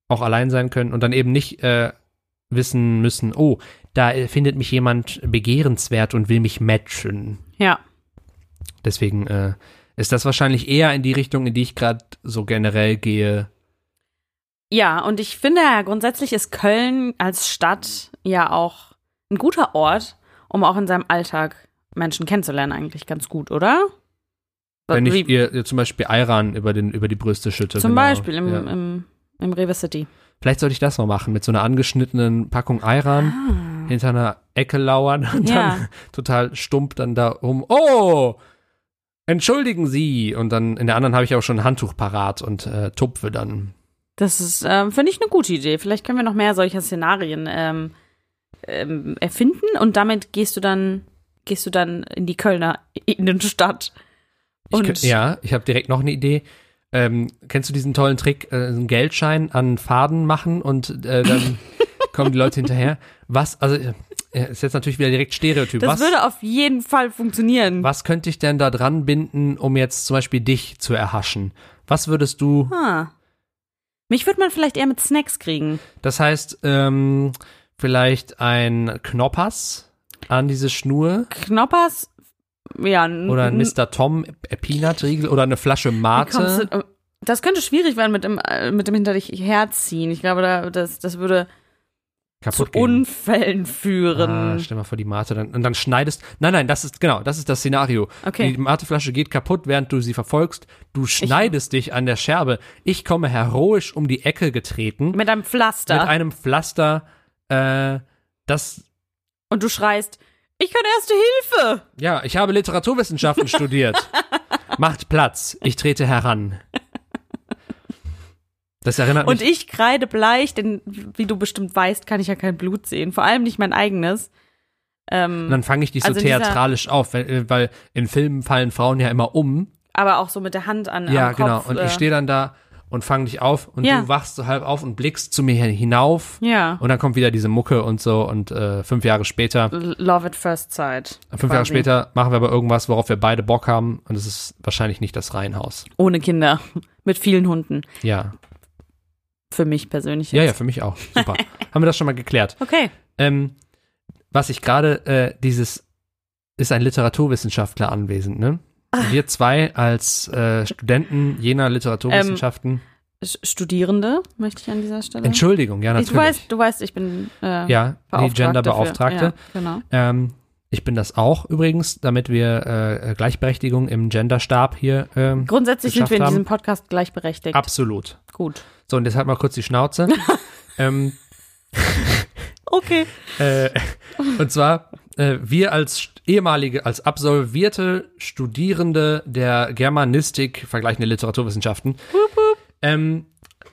S3: auch allein sein können und dann eben nicht äh, wissen müssen, oh, da äh, findet mich jemand begehrenswert und will mich matchen.
S4: Ja,
S3: Deswegen äh, ist das wahrscheinlich eher in die Richtung, in die ich gerade so generell gehe.
S4: Ja, und ich finde ja grundsätzlich ist Köln als Stadt ja auch ein guter Ort, um auch in seinem Alltag Menschen kennenzulernen, eigentlich ganz gut, oder?
S3: Wenn ich
S4: Wie-
S3: ihr, ihr zum Beispiel Ayran über, den, über die Brüste schütte.
S4: zum
S3: genau.
S4: Beispiel im,
S3: Ja.
S4: im, im Rewe City.
S3: Vielleicht sollte ich das mal machen, mit so einer angeschnittenen Packung Ayran hinter einer Ecke lauern und
S4: Ah. Ja.
S3: dann total stumpf dann da rum. Oh, entschuldigen Sie. Und dann in der anderen habe ich auch schon ein Handtuch parat und äh, tupfe dann.
S4: Das ist, ähm, finde ich, eine gute Idee. Vielleicht können wir noch mehr solcher Szenarien ähm, ähm, erfinden und damit gehst du dann, gehst du dann in die Kölner Innenstadt.
S3: Ich
S4: Und
S3: kö- ja, ich habe direkt noch eine Idee. Ähm, kennst du diesen tollen Trick, äh, einen Geldschein an Faden machen und äh, dann kommen die Leute hinterher? Was, also äh, äh, ist jetzt natürlich wieder direkt Stereotyp.
S4: das
S3: was,
S4: würde auf jeden Fall funktionieren.
S3: was könnte ich denn da dran binden, um jetzt zum Beispiel dich zu erhaschen? Was würdest du
S4: Ah. Mich würde man vielleicht eher mit Snacks kriegen.
S3: Das heißt, ähm, vielleicht ein Knoppers an diese Schnur.
S4: Knoppers ja, n-
S3: Oder ein
S4: n-
S3: Mr. Tom äh, Peanut Riegel oder eine Flasche
S4: wie kommst
S3: Mate.
S4: du- äh, Das könnte schwierig werden mit dem, äh, mit dem hinter dich herziehen. Ich glaube, da, das, das würde zu
S3: Kaputt gehen.
S4: Unfällen
S3: Ah,
S4: führen.
S3: stell mal vor, die Mate dann, und dann schneidest. Nein, nein, das ist, genau, das ist das Szenario.
S4: Okay.
S3: Die Mateflasche geht kaputt, während du sie verfolgst. Du schneidest dich an der Scherbe. Ich komme heroisch um die Ecke getreten.
S4: mit einem Pflaster.
S3: Mit einem Pflaster, äh, das,
S4: und du schreist, ich kann erste Hilfe.
S3: ja, ich habe Literaturwissenschaften studiert. Macht Platz, ich trete heran. Das erinnert
S4: Und
S3: mich.
S4: ich kreidebleich, denn wie du bestimmt weißt, kann ich ja kein Blut sehen. Vor allem nicht mein eigenes. Ähm,
S3: Und dann fange ich dich
S4: also
S3: so
S4: in dieser-
S3: theatralisch auf, weil, äh, weil in Filmen fallen Frauen ja immer um.
S4: aber auch so mit der Hand an
S3: Ja,
S4: am
S3: genau.
S4: Kopf,
S3: Und
S4: äh,
S3: ich stehe dann da und fange dich auf und
S4: Ja.
S3: du wachst so halb auf und blickst zu mir hinauf.
S4: Ja.
S3: Und dann kommt wieder diese Mucke und so und äh, fünf Jahre später,
S4: L- Love at first sight.
S3: fünf Jahre
S4: quasi.
S3: später machen wir aber irgendwas, worauf wir beide Bock haben und es ist wahrscheinlich nicht das Reihenhaus.
S4: Ohne Kinder. Mit vielen Hunden.
S3: Ja,
S4: Für mich persönlich.
S3: ja, ja,
S4: jetzt.
S3: für mich auch. Super. haben wir das schon mal geklärt.
S4: Okay.
S3: Ähm, was ich gerade, äh, dieses ist ein Literaturwissenschaftler anwesend, ne?
S4: Ah.
S3: Wir zwei als äh, Studenten jener
S4: Ähm,
S3: Literaturwissenschaften.
S4: S- Studierende möchte ich an dieser Stelle.
S3: Entschuldigung, ja,
S4: mhm. Ich-
S3: natürlich.
S4: Du weißt, du weißt, ich bin äh,
S3: ja, die
S4: beauftragt
S3: Genderbeauftragte.
S4: Dafür. Ja, genau.
S3: Ähm, ich bin das auch übrigens, damit wir äh, Gleichberechtigung im Genderstab hier. Ähm,
S4: Grundsätzlich sind wir in
S3: Geschafft
S4: diesem Podcast gleichberechtigt.
S3: absolut.
S4: Gut.
S3: So, und jetzt halt mal kurz die Schnauze. ähm,
S4: Okay.
S3: äh, und zwar, äh, wir als ehemalige, als absolvierte Studierende der Germanistik, vergleichende Literaturwissenschaften, ähm,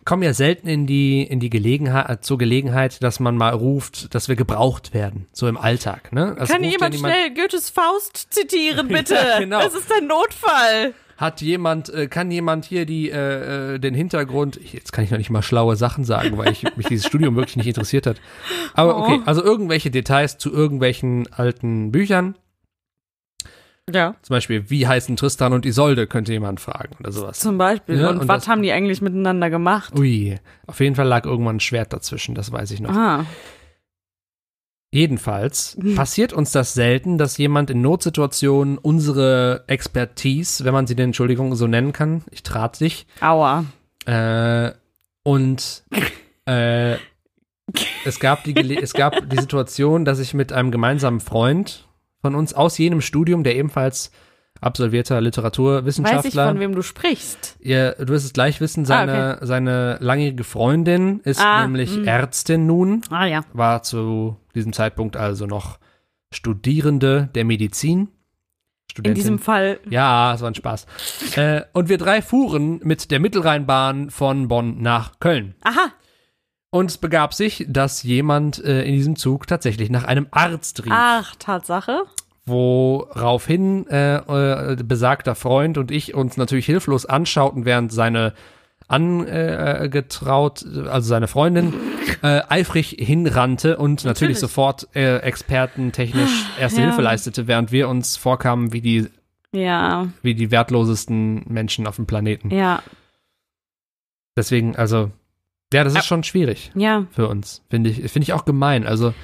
S3: kommen ja selten in die, in die Gelegenheit, äh, zur Gelegenheit, dass man mal ruft, dass wir gebraucht werden, so im Alltag. Ne? Also
S4: Kann
S3: ruft ja
S4: jemand
S3: niemand-
S4: schnell Goethes Faust zitieren, bitte?
S3: Ja, genau.
S4: Das ist ein Notfall.
S3: Hat jemand, äh, kann jemand hier die, äh, äh, den Hintergrund, ich, jetzt kann ich noch nicht mal schlaue Sachen sagen, weil ich, mich dieses Studium wirklich nicht interessiert hat. Aber
S4: Oh.
S3: okay, also irgendwelche Details zu irgendwelchen alten Büchern.
S4: Ja.
S3: Zum Beispiel, wie heißen Tristan und Isolde, könnte jemand fragen oder sowas.
S4: Zum Beispiel.
S3: Ja,
S4: und,
S3: und
S4: was
S3: das-
S4: haben die eigentlich miteinander gemacht?
S3: Ui, auf jeden Fall lag irgendwann ein Schwert dazwischen, das weiß ich noch.
S4: Ah. Hm.
S3: Jedenfalls passiert uns das selten, dass jemand in Notsituationen unsere Expertise, wenn man sie denn, Entschuldigung, so nennen kann, ich trat dich,
S4: Aua.
S3: Äh, und äh, es, gab die Gele- es gab die Situation, dass ich mit einem gemeinsamen Freund von uns aus jenem Studium, der ebenfalls absolvierter
S4: Weiß ich, von
S3: Literaturwissenschaftler,
S4: wem du sprichst.
S3: ihr, du wirst es gleich wissen, seine, seine langjährige Freundin ist
S4: Ah,
S3: nämlich
S4: mm.
S3: Ärztin nun,
S4: Ah ja.
S3: war zu diesem Zeitpunkt also noch Studierende der Medizin.
S4: In
S3: Studentin.
S4: diesem Fall.
S3: Ja, es war ein Spaß. Äh, und wir drei fuhren mit der Mittelrheinbahn von Bonn nach Köln.
S4: Aha.
S3: Und es begab sich, dass jemand äh, in diesem Zug tatsächlich nach einem Arzt rief,
S4: Ach, Tatsache.
S3: woraufhin äh, äh, besagter Freund und ich uns natürlich hilflos anschauten, während seine angetraut, also seine Freundin, äh, eifrig hinrannte und natürlich,
S4: Natürlich.
S3: sofort äh, expertentechnisch erste
S4: Ja.
S3: Hilfe leistete, während wir uns vorkamen wie die
S4: Ja,
S3: wie die wertlosesten Menschen auf dem Planeten.
S4: ja,
S3: Deswegen, also, ja, das ist schon schwierig
S4: ja.
S3: für uns, finde ich. Finde ich auch gemein. Also,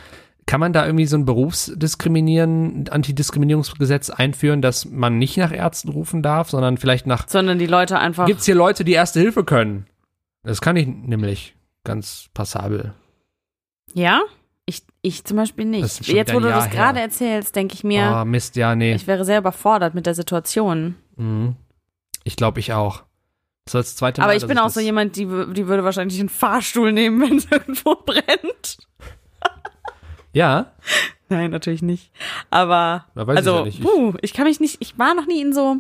S3: kann man da irgendwie so ein Berufsdiskriminieren, Antidiskriminierungsgesetz einführen, dass man nicht nach Ärzten rufen darf, sondern vielleicht nach,
S4: Sondern die Leute einfach.
S3: gibt es hier Leute, die Erste Hilfe können? Das kann ich nämlich ganz passabel.
S4: Ja? Ich, ich zum Beispiel
S3: Das ist
S4: nicht.
S3: schon
S4: Jetzt,
S3: wieder
S4: wo
S3: ein
S4: du
S3: Jahr
S4: das gerade
S3: her.
S4: erzählst, denke ich mir,
S3: Oh, Mist, ja, nee.
S4: ich wäre sehr überfordert mit der Mhm.
S3: Mhm. Ich glaube, ich auch. Das war das zweite Mal,
S4: Aber ich
S3: dass
S4: bin auch
S3: Genau, das-
S4: so jemand, die, wü- die würde wahrscheinlich einen Fahrstuhl nehmen, wenn es irgendwo brennt.
S3: Ja,
S4: Nein, natürlich nicht. Aber
S3: da weiß
S4: also,
S3: ich ja nicht. Ich,
S4: puh, ich kann mich nicht, ich war noch nie in so,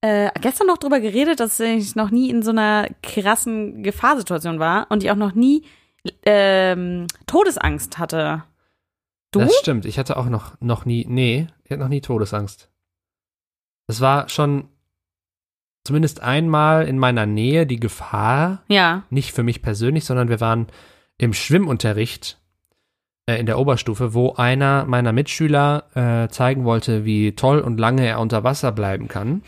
S4: äh, gestern noch drüber geredet, dass ich noch nie in so einer krassen Gefahrsituation war und ich auch noch nie ähm, Todesangst hatte. Du?
S3: Das stimmt. Ich hatte auch noch, noch nie, nee, ich hatte noch nie Todesangst. Es war schon zumindest einmal in meiner Nähe die Gefahr,
S4: Ja.
S3: nicht für mich persönlich, sondern wir waren im Schwimmunterricht äh, in der Oberstufe, wo einer meiner Mitschüler äh, zeigen wollte, wie toll und lange er unter Wasser bleiben kann.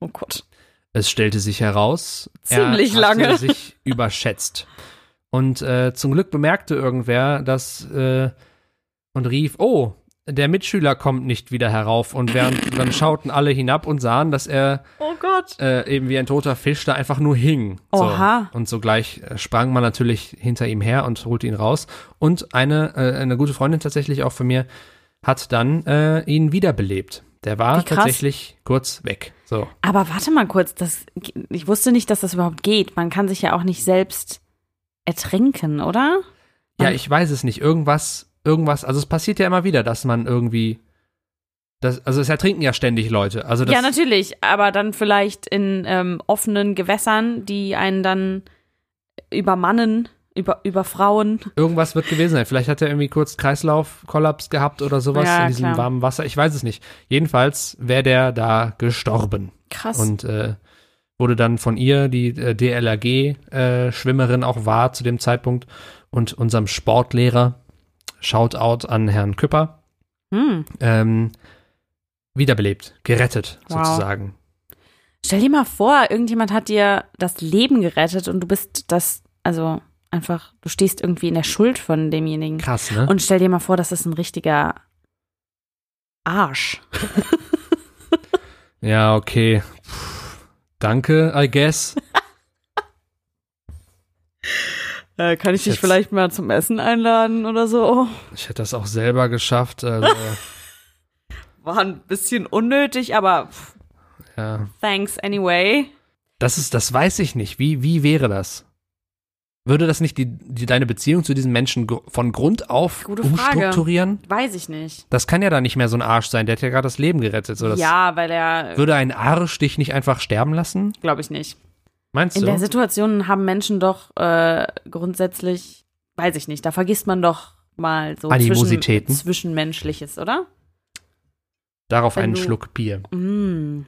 S4: Oh Gott.
S3: Es stellte sich heraus,
S4: Ziemlich
S3: er
S4: lange.
S3: hatte sich überschätzt. Und äh, zum Glück bemerkte irgendwer das äh, und rief, oh, der Mitschüler kommt nicht wieder herauf und während, dann schauten alle hinab und sahen, dass er
S4: Oh Gott.
S3: äh, eben wie ein toter Fisch da einfach nur hing.
S4: Oha.
S3: So. Und sogleich äh, sprang man natürlich hinter ihm her und holte ihn raus. Und eine, äh, eine gute Freundin tatsächlich auch von mir hat dann äh, ihn wiederbelebt. Der war
S4: Wie krass.
S3: tatsächlich kurz weg. So.
S4: Aber warte mal kurz, das, ich wusste nicht, dass das überhaupt geht. Man kann sich ja auch nicht selbst ertrinken, oder?
S3: Ja,
S4: Und-
S3: ich weiß es nicht. Irgendwas, irgendwas, also es passiert ja immer wieder, dass man irgendwie. Das, also es ertrinken ja ständig Leute. Also das,
S4: ja, natürlich, aber dann vielleicht in ähm, offenen Gewässern, die einen dann übermannen, über, überfrauen.
S3: irgendwas wird gewesen sein. Vielleicht hat er irgendwie kurz Kreislaufkollaps gehabt oder sowas
S4: Ja,
S3: in diesem
S4: klar.
S3: warmen Wasser. Ich weiß es nicht. Jedenfalls wäre der da gestorben
S4: Krass.
S3: und äh, wurde dann von ihr, die äh, DLRG-Schwimmerin äh, auch war zu dem Zeitpunkt und unserem Sportlehrer, Shoutout an Herrn Küpper,
S4: hm.
S3: ähm, wiederbelebt, gerettet
S4: Wow.
S3: sozusagen.
S4: Stell dir mal vor, irgendjemand hat dir das Leben gerettet und du bist das, also einfach, du stehst irgendwie in der Schuld von demjenigen.
S3: Krass, ne?
S4: Und stell dir mal vor, das ist ein richtiger Arsch.
S3: ja, okay. Puh. Danke, I guess.
S4: Äh, kann ich
S3: dich Jetzt- vielleicht
S4: mal zum Essen einladen oder so? Oh,
S3: Ich hätte das auch selber geschafft. Also,
S4: War ein bisschen unnötig, aber
S3: ja.
S4: thanks anyway.
S3: Das ist, das weiß ich nicht. Wie, wie wäre das? Würde das nicht die, die, deine Beziehung zu diesem Menschen gr- von Grund auf
S4: Gute Frage.
S3: umstrukturieren?
S4: Weiß ich nicht.
S3: Um Das kann ja dann nicht mehr so ein Arsch sein. Der hat ja gerade das Leben gerettet. So, das
S4: ja, weil er,
S3: Würde ein Arsch dich nicht einfach sterben lassen?
S4: glaube ich nicht.
S3: Meinst
S4: In
S3: du?
S4: der Situation haben Menschen doch äh, grundsätzlich, weiß ich nicht, da vergisst man doch mal so zwischen, äh,
S3: Animositäten.
S4: Zwischenmenschliches, oder?
S3: Darauf
S4: wenn
S3: einen
S4: du-
S3: Schluck Bier.
S4: Mm.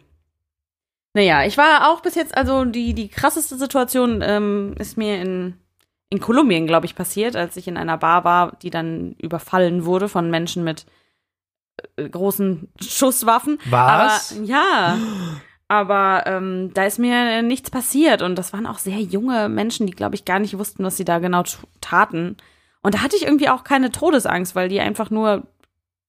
S4: Naja, ich war auch bis jetzt, also die, die krasseste Situation ähm, ist mir in, in Kolumbien, glaube ich, passiert, als ich in einer Bar war, die dann überfallen wurde von Menschen mit äh, großen Schusswaffen.
S3: Was?
S4: Aber, ja. Aber ähm, da ist mir äh, nichts passiert und das waren auch sehr junge Menschen, die, glaube ich, gar nicht wussten, was sie da genau tu- taten. Und da hatte ich irgendwie auch keine Todesangst, weil die einfach nur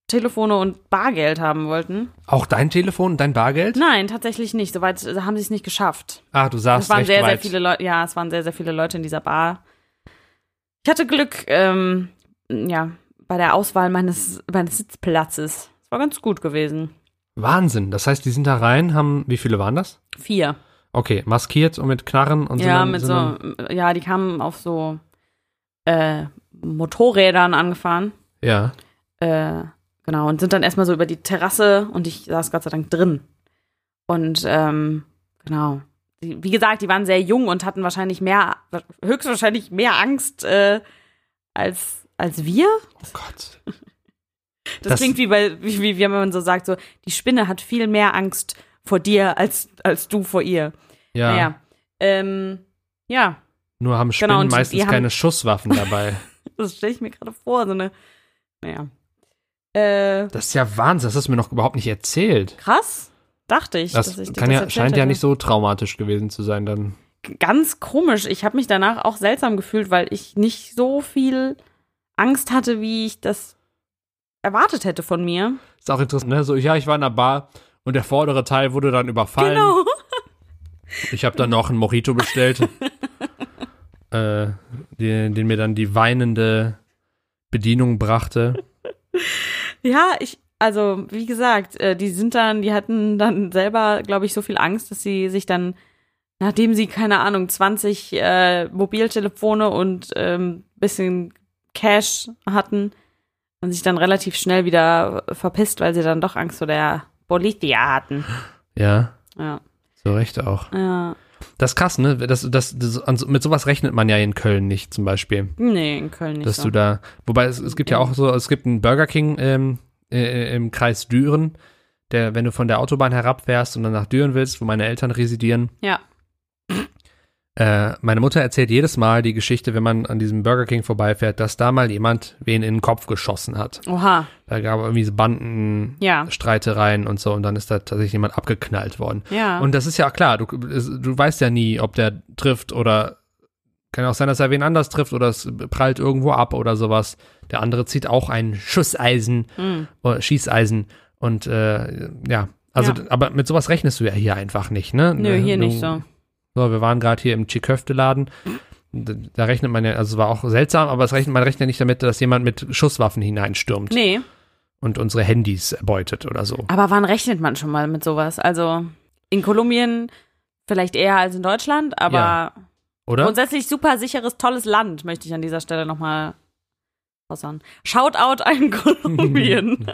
S4: Telefone und Bargeld haben wollten.
S3: Auch dein Telefon und dein Bargeld?
S4: Nein, tatsächlich nicht. Soweit äh, haben sie es nicht geschafft.
S3: Ah, du saßt
S4: es waren
S3: recht
S4: sehr, sehr
S3: weit.
S4: viele Leute. Ja, es waren sehr, sehr viele Leute in dieser Bar. Ich hatte Glück, ähm, ja, bei der Auswahl meines, meines Sitzplatzes. Es war ganz gut gewesen.
S3: Wahnsinn. Das heißt, die sind da rein, haben, wie viele waren das?
S4: Vier.
S3: Okay, maskiert und mit Knarren und so.
S4: ja,
S3: einem-
S4: mit
S3: so einem-
S4: so, ja, die kamen auf so äh, Motorrädern angefahren.
S3: Ja.
S4: Äh, genau, und sind dann erstmal so über die Terrasse und ich saß Gott sei Dank drin. Und ähm, genau. Die, wie gesagt, die waren sehr jung und hatten wahrscheinlich mehr, höchstwahrscheinlich mehr Angst äh, als, als wir.
S3: Oh Gott.
S4: Das,
S3: Das-
S4: klingt wie bei, wie, wie wenn man so sagt, so, die Spinne hat viel mehr Angst vor dir als, als du vor ihr.
S3: Ja.
S4: Naja. Ähm, ja,
S3: Nur haben Spinnen
S4: Genau, und die-
S3: meistens
S4: die haben-
S3: keine Schusswaffen dabei.
S4: das stelle ich mir gerade vor, so eine. Naja. Äh,
S3: Das ist ja Wahnsinn. Das hast du mir noch überhaupt nicht erzählt.
S4: krass, dachte ich.
S3: Das
S4: dass ich dir
S3: kann
S4: das
S3: ja,
S4: erzählt
S3: scheint ja
S4: hätte.
S3: nicht so traumatisch gewesen zu sein dann.
S4: ganz komisch. Ich habe mich danach auch seltsam gefühlt, weil ich nicht so viel Angst hatte, wie ich das erwartet hätte von mir.
S3: Ist auch interessant, ne? So, ja, ich war in einer Bar und der vordere Teil wurde dann überfallen.
S4: Genau.
S3: Ich habe dann noch einen Mojito bestellt, äh, den, den mir dann die weinende Bedienung brachte.
S4: Ja, ich, also wie gesagt, äh, die sind dann, die hatten dann selber, glaube ich, so viel Angst, dass sie sich dann, nachdem sie, keine Ahnung, 20 äh, Mobiltelefone und ähm, bisschen Cash hatten, und sich dann relativ schnell wieder verpisst, weil sie dann doch Angst vor der Polizia hatten.
S3: Ja,
S4: Ja,
S3: zu Recht auch.
S4: ja.
S3: Das ist krass, ne? Das, das, das, an so- mit sowas rechnet man ja in Köln nicht zum Beispiel.
S4: Nee, in Köln nicht
S3: dass
S4: so.
S3: du da. Wobei es, es gibt ja auch so, es gibt einen Burger King ähm, äh, im Kreis Düren, der, wenn du von der Autobahn herabfährst und dann nach Düren willst, wo meine Eltern residieren,
S4: Ja.
S3: Äh, meine Mutter erzählt jedes Mal die Geschichte, wenn man an diesem Burger King vorbeifährt, dass da mal jemand wen in den Kopf geschossen hat.
S4: Oha.
S3: Da gab es irgendwie so Banden,
S4: Ja.
S3: Streitereien und so und dann ist da tatsächlich jemand abgeknallt worden.
S4: Ja.
S3: Und das ist ja klar, du, es- du weißt ja nie, ob der trifft oder Kann ja auch sein, dass er wen anders trifft oder es prallt irgendwo ab oder sowas. Der andere zieht auch ein Schusseisen
S4: Hm.
S3: oder Schießeisen und äh, ja. Also,
S4: Ja.
S3: aber mit sowas rechnest du ja hier einfach nicht, ne?
S4: Nö, hier
S3: Du-
S4: nicht so.
S3: so, wir waren gerade hier im Chiköfte-Laden. Da, da rechnet man ja, also es war auch seltsam, aber es rechnet, man rechnet ja nicht damit, dass jemand mit Schusswaffen hineinstürmt
S4: Nee.
S3: und unsere Handys erbeutet oder so.
S4: Aber wann rechnet man schon mal mit sowas? Also in Kolumbien vielleicht eher als in Deutschland, aber
S3: Ja. Oder?
S4: grundsätzlich super sicheres, tolles Land, möchte ich an dieser Stelle nochmal raushauen. Shoutout an Kolumbien.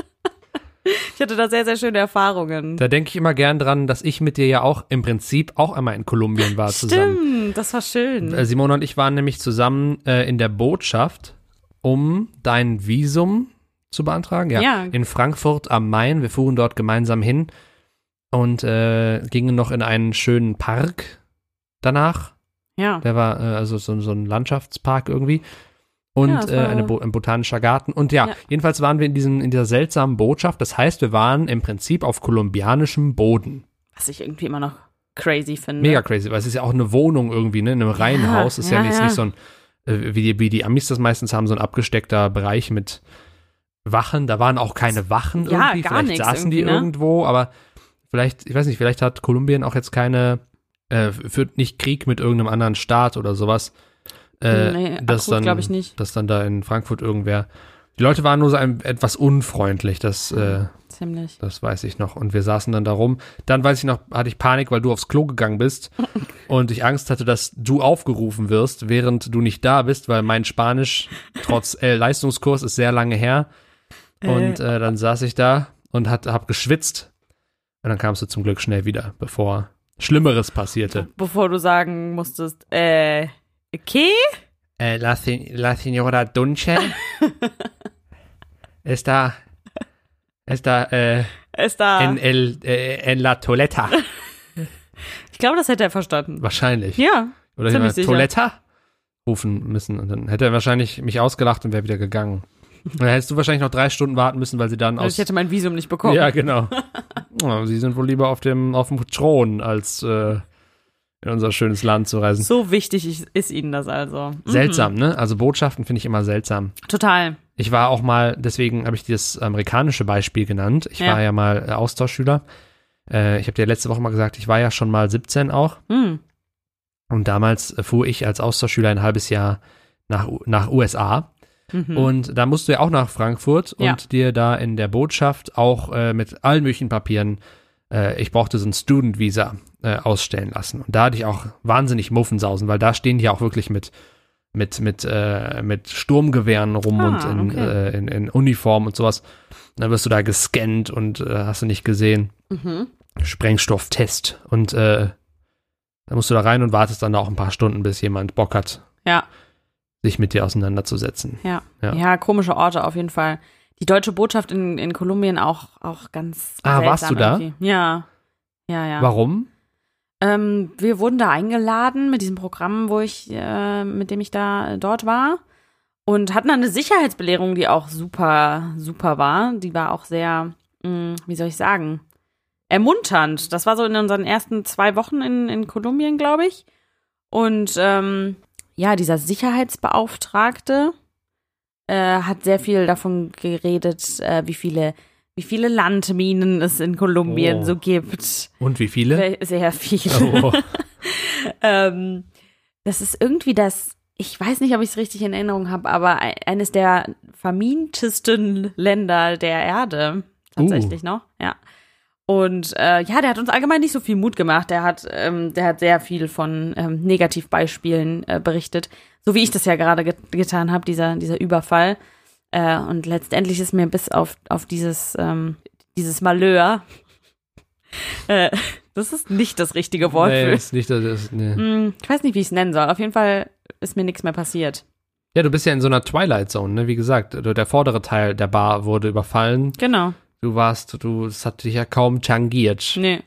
S4: ich hatte da sehr, sehr schöne Erfahrungen.
S3: Da denke ich immer gern dran, dass ich mit dir ja auch im Prinzip auch einmal in Kolumbien war zusammen.
S4: Stimmt, das war schön.
S3: Äh, Simone und ich waren nämlich zusammen äh, in der Botschaft, um dein Visum zu beantragen. Ja,
S4: Ja.
S3: In Frankfurt am Main. Wir fuhren dort gemeinsam hin und äh, gingen noch in einen schönen Park danach.
S4: ja.
S3: Der war äh, also so, so ein Landschaftspark irgendwie. Und
S4: Ja, das
S3: äh,
S4: war-
S3: eine Bo ein botanischer Garten. Und ja,
S4: Ja.
S3: jedenfalls waren wir in, diesem, in dieser seltsamen Botschaft. Das heißt, wir waren im Prinzip auf kolumbianischem Boden.
S4: Was ich irgendwie immer noch crazy finde.
S3: Mega crazy, weil es ist ja auch eine Wohnung irgendwie, ne? In einem Reihenhaus. Ist ja,
S4: ja,
S3: nicht,
S4: ja.
S3: nicht so ein, äh, wie, die, wie die Amis das meistens haben, so ein abgesteckter Bereich mit Wachen. Da waren auch keine Wachen
S4: Ja,
S3: irgendwie.
S4: gar
S3: vielleicht
S4: nix
S3: saßen die
S4: irgendwie, ne?
S3: irgendwo, aber vielleicht, ich weiß nicht, vielleicht hat Kolumbien auch jetzt keine, äh, führt nicht Krieg mit irgendeinem anderen Staat oder sowas. Äh,
S4: Nee,
S3: dass
S4: akut
S3: dann,
S4: glaub ich nicht.
S3: Dass dann da in Frankfurt irgendwer. Die Leute waren nur so ein, etwas unfreundlich, das, äh,
S4: Ziemlich.
S3: das weiß ich noch. Und wir saßen dann da rum. Dann weiß ich noch, hatte ich Panik, weil du aufs Klo gegangen bist und ich Angst hatte, dass du aufgerufen wirst, während du nicht da bist, weil mein Spanisch trotz äh, Leistungskurs ist sehr lange her. Und äh, dann saß ich da und hat, hab geschwitzt. Und dann kamst du zum Glück schnell wieder, bevor Schlimmeres passierte.
S4: Bevor du sagen musstest, äh, okay?
S3: Äh, la, se- la señora Dunche está, está äh,
S4: Ist da.
S3: en, el, äh, en la toileta.
S4: ich glaube, das hätte er verstanden.
S3: Wahrscheinlich.
S4: Ja.
S3: Oder
S4: ziemlich
S3: jemand
S4: sicher.
S3: Toiletta rufen müssen. Und dann hätte er wahrscheinlich mich ausgelacht und wäre wieder gegangen. Und dann hättest du wahrscheinlich noch drei Stunden warten müssen, weil sie dann
S4: Also
S3: aus.
S4: ich hätte mein Visum nicht bekommen.
S3: Ja, genau. Ja, sie sind wohl lieber auf dem, auf dem Thron, als äh, in unser schönes Land zu reisen.
S4: So wichtig ist- ist ihnen das also.
S3: Seltsam, ne? Also Botschaften finde ich immer seltsam.
S4: Total.
S3: Ich war auch mal, deswegen habe ich das amerikanische Beispiel genannt. Ich
S4: Ja.
S3: war ja mal äh, Austauschschüler. Äh, ich habe dir letzte Woche mal gesagt, ich war ja schon mal 17 auch.
S4: Hm.
S3: Und damals äh, fuhr ich als Austauschschüler ein halbes Jahr nach, U- nach USA.
S4: Mhm.
S3: Und da musst du ja auch nach Frankfurt
S4: Ja.
S3: und dir da in der Botschaft auch äh, mit allen möglichen Papieren, äh, ich brauchte so ein Student Visa äh, ausstellen lassen. Und da hatte ich auch wahnsinnig Muffensausen, weil da stehen die ja auch wirklich mit, mit, mit, äh, mit Sturmgewehren rum
S4: Ah,
S3: und in,
S4: okay.
S3: äh, in, in Uniform und sowas. Und dann wirst du da gescannt und äh, hast du nicht gesehen.
S4: Mhm.
S3: Sprengstofftest. Und äh, da musst du da rein und wartest dann auch ein paar Stunden, bis jemand Bock hat,
S4: Ja,
S3: sich mit dir auseinanderzusetzen.
S4: ja,
S3: Ja.
S4: ja. komische Orte auf jeden Fall. Die deutsche Botschaft in, in Kolumbien auch, auch ganz.
S3: Ah,
S4: seltsam
S3: warst du da?
S4: irgendwie. Ja. Ja, ja.
S3: Warum?
S4: Ähm, wir wurden da eingeladen mit diesem Programm, wo ich, äh, mit dem ich da äh, dort war. Und hatten dann eine Sicherheitsbelehrung, die auch super, super war. Die war auch sehr, mh, wie soll ich sagen, ermunternd. Das war so in unseren ersten zwei Wochen in, in Kolumbien, glaube ich. Und ähm, ja, dieser Sicherheitsbeauftragte äh, hat sehr viel davon geredet, äh, wie viele, wie viele Landminen es in Kolumbien
S3: Oh.
S4: so gibt.
S3: Und wie viele?
S4: Sehr, sehr viel.
S3: Oh,
S4: ähm, das ist irgendwie das, ich weiß nicht, ob ich es richtig in Erinnerung habe, aber e- eines der vermintesten Länder der Erde, tatsächlich noch, ja. Und äh, ja, der hat uns allgemein nicht so viel Mut gemacht. Der hat, ähm, der hat sehr viel von ähm, Negativbeispielen äh, berichtet, so wie ich das ja gerade get getan habe, dieser, dieser Überfall. Äh, und letztendlich ist mir bis auf, auf dieses, ähm, dieses Malheur, äh, das ist nicht das richtige Wort
S3: nee,
S4: für
S3: ist nicht, das ist, nee.
S4: Mm, Ich weiß nicht, wie ich es nennen soll. Auf jeden Fall ist mir nichts mehr passiert.
S3: Ja, du bist ja in so einer Twilight Zone, ne? Wie gesagt, du- der vordere Teil der Bar wurde überfallen.
S4: Genau.
S3: Du warst, du, es hat dich ja kaum tangiert.
S4: Nee.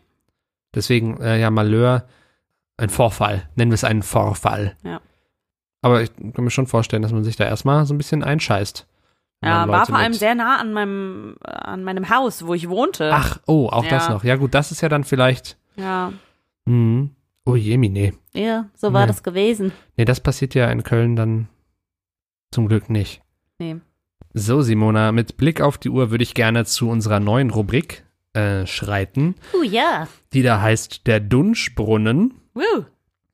S3: Deswegen, äh, ja, Malheur, ein Vorfall. Nennen wir es einen Vorfall.
S4: Ja.
S3: Aber ich kann mir schon vorstellen, dass man sich da erstmal so ein bisschen einscheißt. wenn
S4: Ja,
S3: man
S4: war
S3: Leute
S4: vor allem
S3: mit-
S4: sehr nah an meinem, äh, an meinem Haus, wo ich wohnte.
S3: Ach, oh, auch das
S4: Ja.
S3: noch. Ja, gut, das ist ja dann vielleicht.
S4: Ja.
S3: Mhm. Oh jemine.
S5: Ja, so war
S3: Ja.
S5: das gewesen.
S3: Nee, das passiert ja in Köln dann zum Glück nicht.
S5: Nee.
S3: So, Simona, mit Blick auf die Uhr würde ich gerne zu unserer neuen Rubrik äh, schreiten,
S5: Uh, ja.
S3: die da heißt Der Dunschbrunnen.
S5: Woo.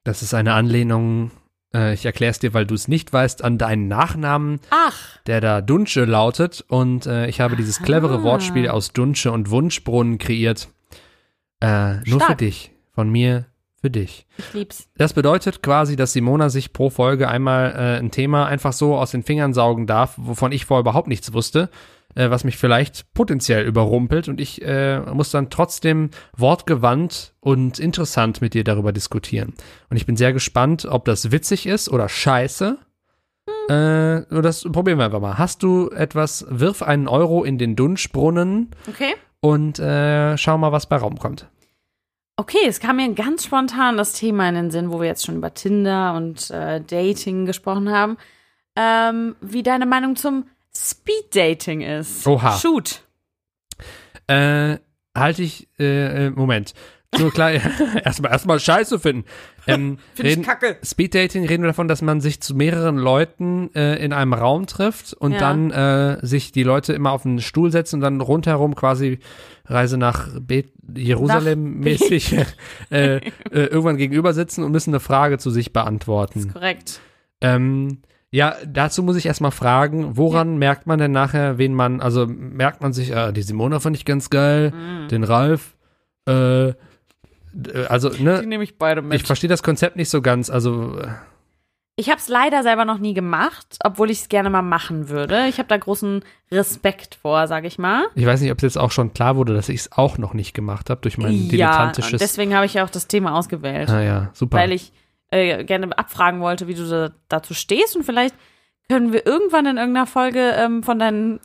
S3: Das ist eine Anlehnung, äh, ich erkläre es dir, weil du es nicht weißt, an deinen Nachnamen,
S5: Ach,
S3: der da Dunsche lautet. Und äh, ich habe dieses clevere
S5: Ah.
S3: Wortspiel aus Dunsche und Wunschbrunnen kreiert. Äh, nur für
S5: Stark.
S3: dich. Von mir für dich.
S5: ich lieb's.
S3: Das bedeutet quasi, dass Simona sich pro Folge einmal äh, ein Thema einfach so aus den Fingern saugen darf, wovon ich vorher überhaupt nichts wusste, äh, was mich vielleicht potenziell überrumpelt. Und ich äh, muss dann trotzdem wortgewandt und interessant mit dir darüber diskutieren. Und ich bin sehr gespannt, ob das witzig ist oder scheiße. Äh, nur das probieren wir einfach mal. Hast du etwas, wirf einen Euro in den Dunschbrunnen
S5: Okay.
S3: und äh, schau mal, was bei Raum kommt.
S4: Okay, es kam mir ganz spontan das Thema in den Sinn, wo wir jetzt schon über Tinder und äh, Dating gesprochen haben. Ähm, wie deine Meinung zum Speed Dating ist.
S3: Oha.
S4: Shoot.
S3: Äh, halte ich, äh, äh, Moment. So klar, erstmal, erstmal Scheiße finden. Ähm,
S4: Finde
S3: reden,
S4: ich kacke.
S3: Speeddating reden wir davon, dass man sich zu mehreren Leuten äh, in einem Raum trifft und
S4: Ja.
S3: dann äh, sich die Leute immer auf einen Stuhl setzen und dann rundherum quasi Reise nach Be Jerusalem mäßig äh, äh, irgendwann gegenüber sitzen und müssen eine Frage zu sich beantworten.
S4: Korrekt.
S3: Ähm, ja, dazu muss ich erstmal fragen, woran merkt man denn nachher, wen man, also merkt man sich, äh, die Simona fand ich ganz geil,
S4: Mhm.
S3: den Ralf, äh, d- also,
S4: Die
S3: ne,
S4: nehme ich beide mit.
S3: ich verstehe das Konzept nicht so ganz, also, äh,
S4: Ich habe es leider selber noch nie gemacht, obwohl ich es gerne mal machen würde. Ich habe da großen Respekt vor, sage ich mal.
S3: ich weiß nicht, ob es jetzt auch schon klar wurde, dass ich es auch noch nicht gemacht habe durch mein
S4: ja, und
S3: dilettantisches.
S4: deswegen habe ich ja auch das Thema ausgewählt,
S3: Ah ja, super.
S4: weil ich äh, gerne abfragen wollte, wie du da, dazu stehst und vielleicht können wir irgendwann in irgendeiner Folge ähm, von deinen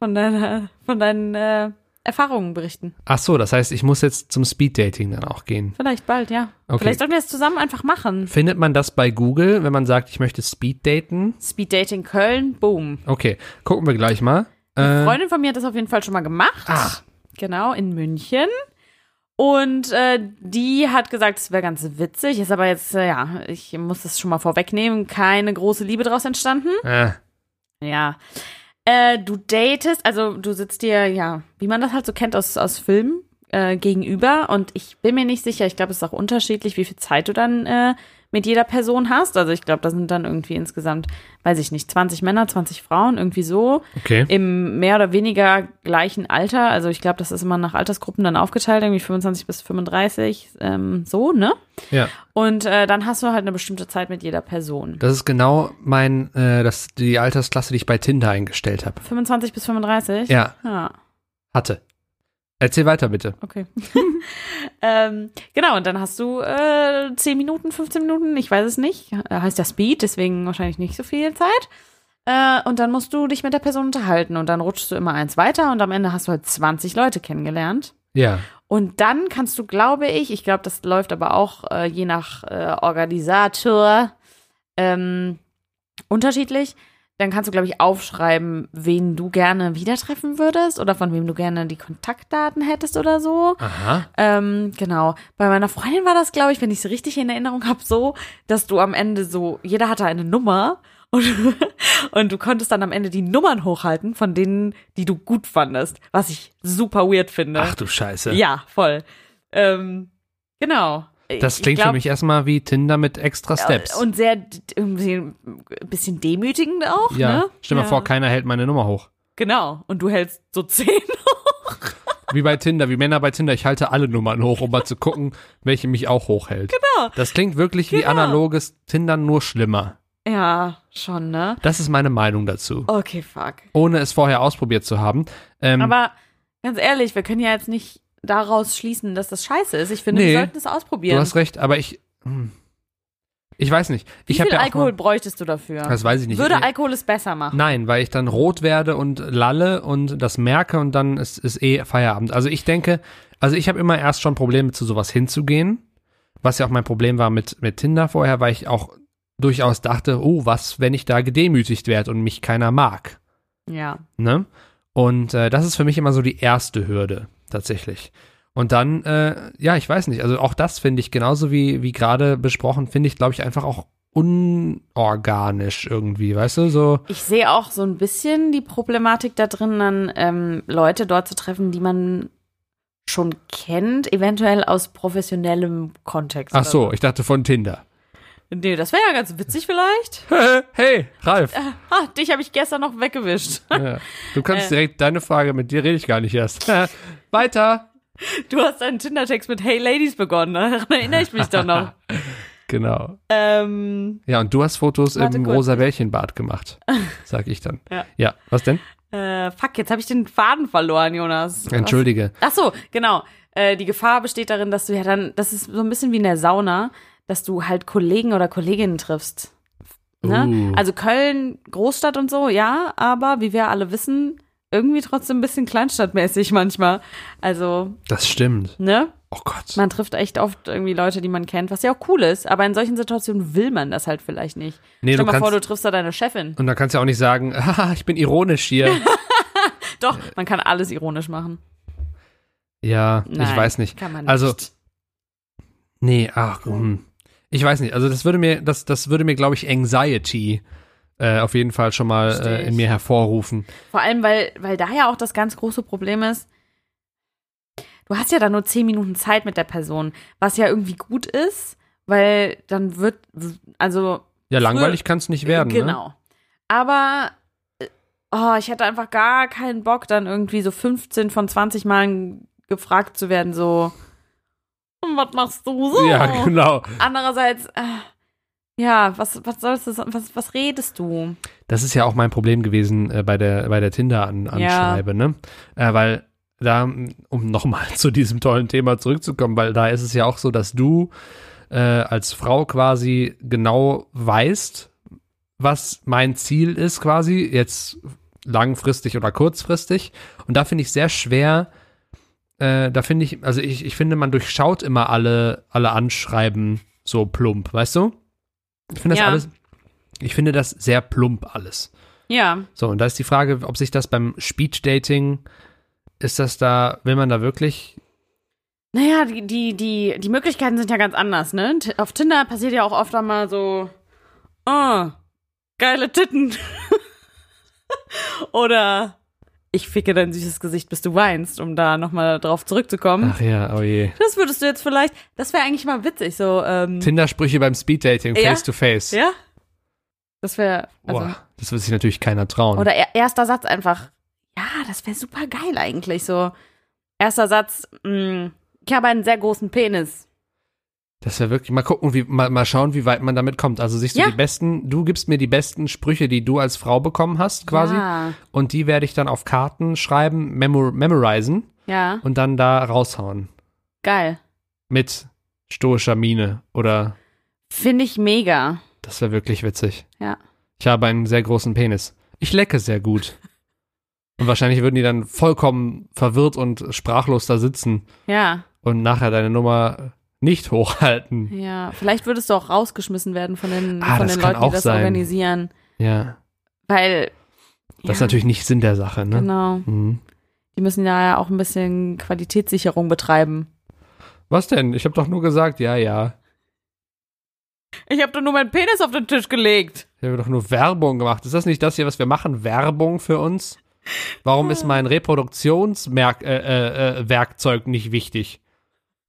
S4: von deiner von deinen äh, Erfahrungen berichten.
S3: Ach so, das heißt, ich muss jetzt zum Speeddating dann auch gehen.
S4: Vielleicht bald, ja.
S3: Okay.
S4: Vielleicht sollten wir es zusammen einfach machen.
S3: Findet man das bei Google, wenn man sagt, ich möchte Speeddaten?
S4: Speed Dating Köln, boom.
S3: Okay, gucken wir gleich mal.
S4: Eine
S3: Äh,
S4: Freundin von mir hat das auf jeden Fall schon mal gemacht.
S3: Ach.
S4: Genau, in München. Und äh, die hat gesagt, es wäre ganz witzig, ist aber jetzt, äh, ja, ich muss das schon mal vorwegnehmen, keine große Liebe draus entstanden.
S3: äh,
S4: Ja. Äh, du datest, also du sitzt dir, ja, wie man das halt so kennt aus, aus Filmen, äh, gegenüber. Und ich bin mir nicht sicher, ich glaube, es ist auch unterschiedlich, wie viel Zeit du dann äh, mit jeder Person hast. Also ich glaube, da sind dann irgendwie insgesamt, weiß ich nicht, 20 Männer, 20 Frauen, irgendwie so
S3: okay.
S4: im mehr oder weniger gleichen Alter. Also ich glaube, das ist immer nach Altersgruppen dann aufgeteilt, irgendwie 25 bis 35, ähm, so, ne?
S3: Ja.
S4: Und äh, dann hast du halt eine bestimmte Zeit mit jeder Person.
S3: Das ist genau mein, äh, das, die Altersklasse, die ich bei Tinder eingestellt habe.
S4: 25 bis 35?
S3: Ja,
S4: Ja,
S3: hatte. Erzähl weiter bitte.
S4: okay. ähm, genau, und dann hast du äh, 10 Minuten, 15 Minuten, ich weiß es nicht. Äh, Heißt ja Speed, deswegen wahrscheinlich nicht so viel Zeit. Äh, und dann musst du dich mit der Person unterhalten und dann rutschst du immer eins weiter und am Ende hast du halt 20 Leute kennengelernt.
S3: Ja.
S4: Und dann kannst du, glaube ich, ich glaube, das läuft aber auch äh, je nach äh, Organisator ähm, unterschiedlich. Dann kannst du, glaube ich, aufschreiben, wen du gerne wieder treffen würdest oder von wem du gerne die Kontaktdaten hättest oder so.
S3: Aha.
S4: Ähm, genau. Bei meiner Freundin war das, glaube ich, wenn ich es richtig in Erinnerung habe, so, dass du am Ende so, jeder hatte eine Nummer und, und du konntest dann am Ende die Nummern hochhalten von denen, die du gut fandest, was ich super weird finde.
S3: Ach du Scheiße.
S4: Ja, voll. Ähm, genau.
S3: Das
S4: Ich
S3: klingt
S4: glaub,
S3: für mich erstmal wie Tinder mit extra Steps.
S4: Und sehr d- irgendwie ein bisschen demütigend auch,
S3: ja.
S4: ne?
S3: Stell dir
S4: ja.
S3: mal vor, keiner hält meine Nummer hoch.
S4: Genau. Und du hältst so zehn.
S3: Wie bei Tinder, wie Männer bei Tinder. Ich halte alle Nummern hoch, um mal zu gucken, welche mich auch hochhält. Genau. Das klingt wirklich wie analoges Tindern, nur schlimmer.
S4: Ja, schon, ne?
S3: Das ist meine Meinung dazu.
S4: Okay, fuck.
S3: Ohne es vorher ausprobiert zu haben. Ähm,
S4: Aber ganz ehrlich, wir können ja jetzt nicht daraus schließen, dass das scheiße ist. Ich finde,
S3: Nee.
S4: wir sollten es ausprobieren.
S3: Du hast recht, aber ich. Hm. Ich weiß nicht.
S4: Wie
S3: Ich habe
S4: viel
S3: ja auch
S4: Alkohol
S3: Mal,
S4: bräuchtest du dafür?
S3: das weiß ich nicht.
S4: Würde
S3: Ich-
S4: Alkohol es besser machen?
S3: Nein, weil ich dann rot werde und lalle und das merke und dann ist, ist eh Feierabend. Also ich denke, also ich habe immer erst schon Probleme zu sowas hinzugehen, was ja auch mein Problem war mit, mit Tinder vorher, weil ich auch durchaus dachte, oh, was, wenn ich da gedemütigt werde und mich keiner mag.
S4: Ja.
S3: Ne? Und äh, das ist für mich immer so die erste Hürde tatsächlich. Und dann, äh, ja, ich weiß nicht. Also auch das finde ich, genauso wie, wie gerade besprochen, finde ich, glaube ich, einfach auch unorganisch irgendwie, weißt du? So,
S4: Ich sehe auch so ein bisschen die Problematik da drin, dann ähm, Leute dort zu treffen, die man schon kennt, eventuell aus professionellem Kontext.
S3: ach so, ich dachte von Tinder.
S4: Nee, das wäre ja ganz witzig vielleicht.
S3: hey, Ralf.
S4: Ha, dich habe ich gestern noch weggewischt.
S3: Ja. Du
S4: Äh.
S3: kannst direkt deine Frage, mit dir rede ich gar nicht erst. Weiter.
S4: Du hast einen Tinder-Text mit Hey Ladies begonnen, ne? daran erinnere ich mich doch noch.
S3: Genau.
S4: ähm,
S3: Ja, und du hast Fotos
S4: Warte
S3: im
S4: kurz.
S3: rosa Bällchenbad gemacht, sag ich dann.
S4: Ja.
S3: ja, was denn?
S4: äh, fuck, jetzt habe ich den Faden verloren, Jonas. Was-
S3: Entschuldige.
S4: Ach so, genau. Äh, die Gefahr besteht darin, dass du ja dann, das ist so ein bisschen wie in der Sauna, dass du halt Kollegen oder Kolleginnen triffst. Ne?
S3: Uh.
S4: Also Köln, Großstadt und so, ja, aber wie wir alle wissen, irgendwie trotzdem ein bisschen kleinstadtmäßig manchmal. Also,
S3: Das stimmt.
S4: ne?
S3: Oh Gott.
S4: Man trifft echt oft irgendwie Leute, die man kennt, was ja auch cool ist, aber in solchen Situationen will man das halt vielleicht nicht.
S3: Nee,
S4: Stell
S3: du
S4: mal vor,
S3: kannst-
S4: du triffst da deine Chefin.
S3: Und dann kannst du ja auch nicht sagen, haha, ich bin ironisch hier.
S4: Doch, man kann alles ironisch machen.
S3: ja,
S4: Nein,
S3: ich weiß nicht.
S4: Kann man nicht.
S3: Also, nee, ach, hm. ich weiß nicht. Also das würde mir, das, das würde mir, glaube ich, Anxiety äh, auf jeden Fall schon mal
S4: Versteh
S3: äh,
S4: ich.
S3: in mir hervorrufen.
S4: Vor allem, weil, weil da ja auch das ganz große Problem ist, du hast ja da nur zehn Minuten Zeit mit der Person, was ja irgendwie gut ist, weil dann wird, also
S3: Ja,
S4: Früher-
S3: langweilig kann es nicht werden. Ne?
S4: genau. Aber äh, oh, ich hätte einfach gar keinen Bock, dann irgendwie so 15 von 20 Malen gefragt zu werden, so, "Hm, was machst du so?
S3: Ja, genau.
S4: Andererseits, äh, ja, was, was sollst du, so- was, was redest du?
S3: Das ist ja auch mein Problem gewesen äh, bei der, bei der Tinder-Anschreibe, ne? Äh, weil da, um nochmal zu diesem tollen Thema zurückzukommen, weil da ist es ja auch so, dass du äh, als Frau quasi genau weißt, was mein Ziel ist quasi, jetzt langfristig oder kurzfristig. Und da finde ich sehr schwer, äh, da finde ich, also ich, ich finde, man durchschaut immer alle, alle Anschreiben so plump, weißt du? Ich finde das
S4: Ja.
S3: alles, ich finde das sehr plump alles.
S4: Ja,
S3: So, und da ist die Frage, ob sich das beim Speed-Dating, ist das da, will man da wirklich,
S4: Naja, die, die, die, die Möglichkeiten sind ja ganz anders, ne? T auf Tinder passiert ja auch oft einmal so, oh, geile Titten. Oder ich ficke dein süßes Gesicht, bis du weinst, um da nochmal drauf zurückzukommen.
S3: ach ja, oh je.
S4: Das würdest du jetzt vielleicht, das wäre eigentlich mal witzig, so, ähm,
S3: Tinder-Sprüche beim Speed-Dating,
S4: Ja.
S3: face-to-face.
S4: ja? Das wäre, also,
S3: Boah, das wird sich natürlich keiner trauen.
S4: oder er, erster Satz einfach, ja, das wäre super geil eigentlich, so. Erster Satz, mh, ich habe einen sehr großen Penis.
S3: Das wäre wirklich, mal gucken, wie, mal, mal schauen, wie weit man damit kommt. Also sich so
S4: Ja.
S3: die besten, du gibst mir die besten Sprüche, die du als Frau bekommen hast, quasi.
S4: Ja,
S3: Und die werde ich dann auf Karten schreiben, memor memorisen
S4: ja
S3: und dann da raushauen.
S4: geil.
S3: Mit stoischer Miene. Oder
S4: Finde ich mega.
S3: das wäre wirklich witzig.
S4: Ja.
S3: Ich habe einen sehr großen Penis. Ich lecke sehr gut. Und wahrscheinlich würden die dann vollkommen verwirrt und sprachlos da sitzen
S4: Ja,
S3: und nachher deine Nummer nicht hochhalten.
S4: ja. Vielleicht würdest du auch rausgeschmissen werden von den,
S3: Ah,
S4: von
S3: das
S4: den
S3: kann
S4: Leuten, die
S3: auch
S4: das
S3: sein.
S4: organisieren.
S3: Ja.
S4: Weil.
S3: Das ist
S4: ja,
S3: natürlich nicht Sinn der Sache, ne?
S4: Genau.
S3: Mhm.
S4: Die müssen da ja auch ein bisschen Qualitätssicherung betreiben.
S3: Was denn? Ich habe doch nur gesagt, ja, ja.
S4: Ich habe doch nur meinen Penis auf den Tisch gelegt.
S3: Ich habe doch nur Werbung gemacht. Ist das nicht das hier, was wir machen? Werbung für uns? Warum ist mein Reproduktionswerkzeug äh, äh, Werkzeug nicht wichtig?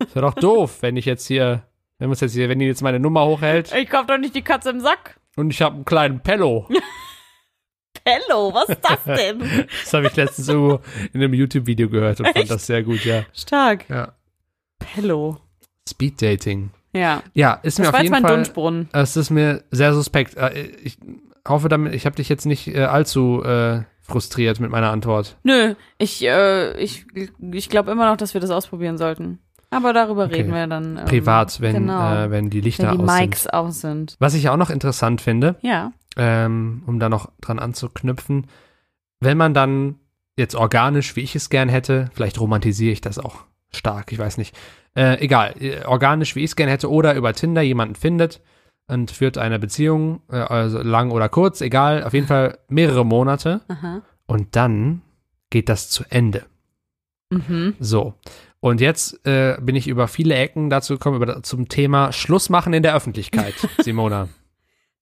S3: Ist ja doch doof, wenn ich jetzt hier, wenn wir uns jetzt hier, wenn die jetzt meine Nummer hochhält
S4: Ich kauf doch nicht die Katze im Sack.
S3: und ich habe einen kleinen Pello.
S4: Hello, was ist das denn?
S3: Das habe ich letztens irgendwo in einem YouTube-Video gehört und fand das sehr gut, ja.
S4: Stark.
S3: ja.
S4: Hello.
S3: Speed Dating.
S4: Ja.
S3: Ja, ist mir
S4: Das war jetzt
S3: auf jeden
S4: mein
S3: Fall.
S4: Dunschbrunnen.
S3: Es ist mir sehr suspekt. Äh, Ich hoffe damit, ich habe dich jetzt nicht äh, allzu äh, frustriert mit meiner Antwort.
S4: Nö, ich, äh, ich, ich glaube immer noch, dass wir das ausprobieren sollten. Aber darüber
S3: Okay.
S4: reden wir dann. ähm,
S3: Privat, wenn,
S4: genau.
S3: äh, wenn die Lichter
S4: wenn die
S3: aus sind.
S4: Mics aus sind.
S3: Was ich auch noch interessant finde,
S4: Ja.
S3: ähm, um da noch dran anzuknüpfen, wenn man dann jetzt organisch, wie ich es gern hätte, vielleicht romantisiere ich das auch stark, ich weiß nicht. Äh, egal, äh, organisch, wie ich es gern hätte, oder über Tinder jemanden findet und führt eine Beziehung, äh, also lang oder kurz, egal, auf jeden Fall mehrere Monate
S4: Aha.
S3: und dann geht das zu Ende.
S4: Mhm.
S3: So. Und jetzt äh, bin ich über viele Ecken dazu gekommen, über, zum Thema Schluss machen in der Öffentlichkeit, Simona.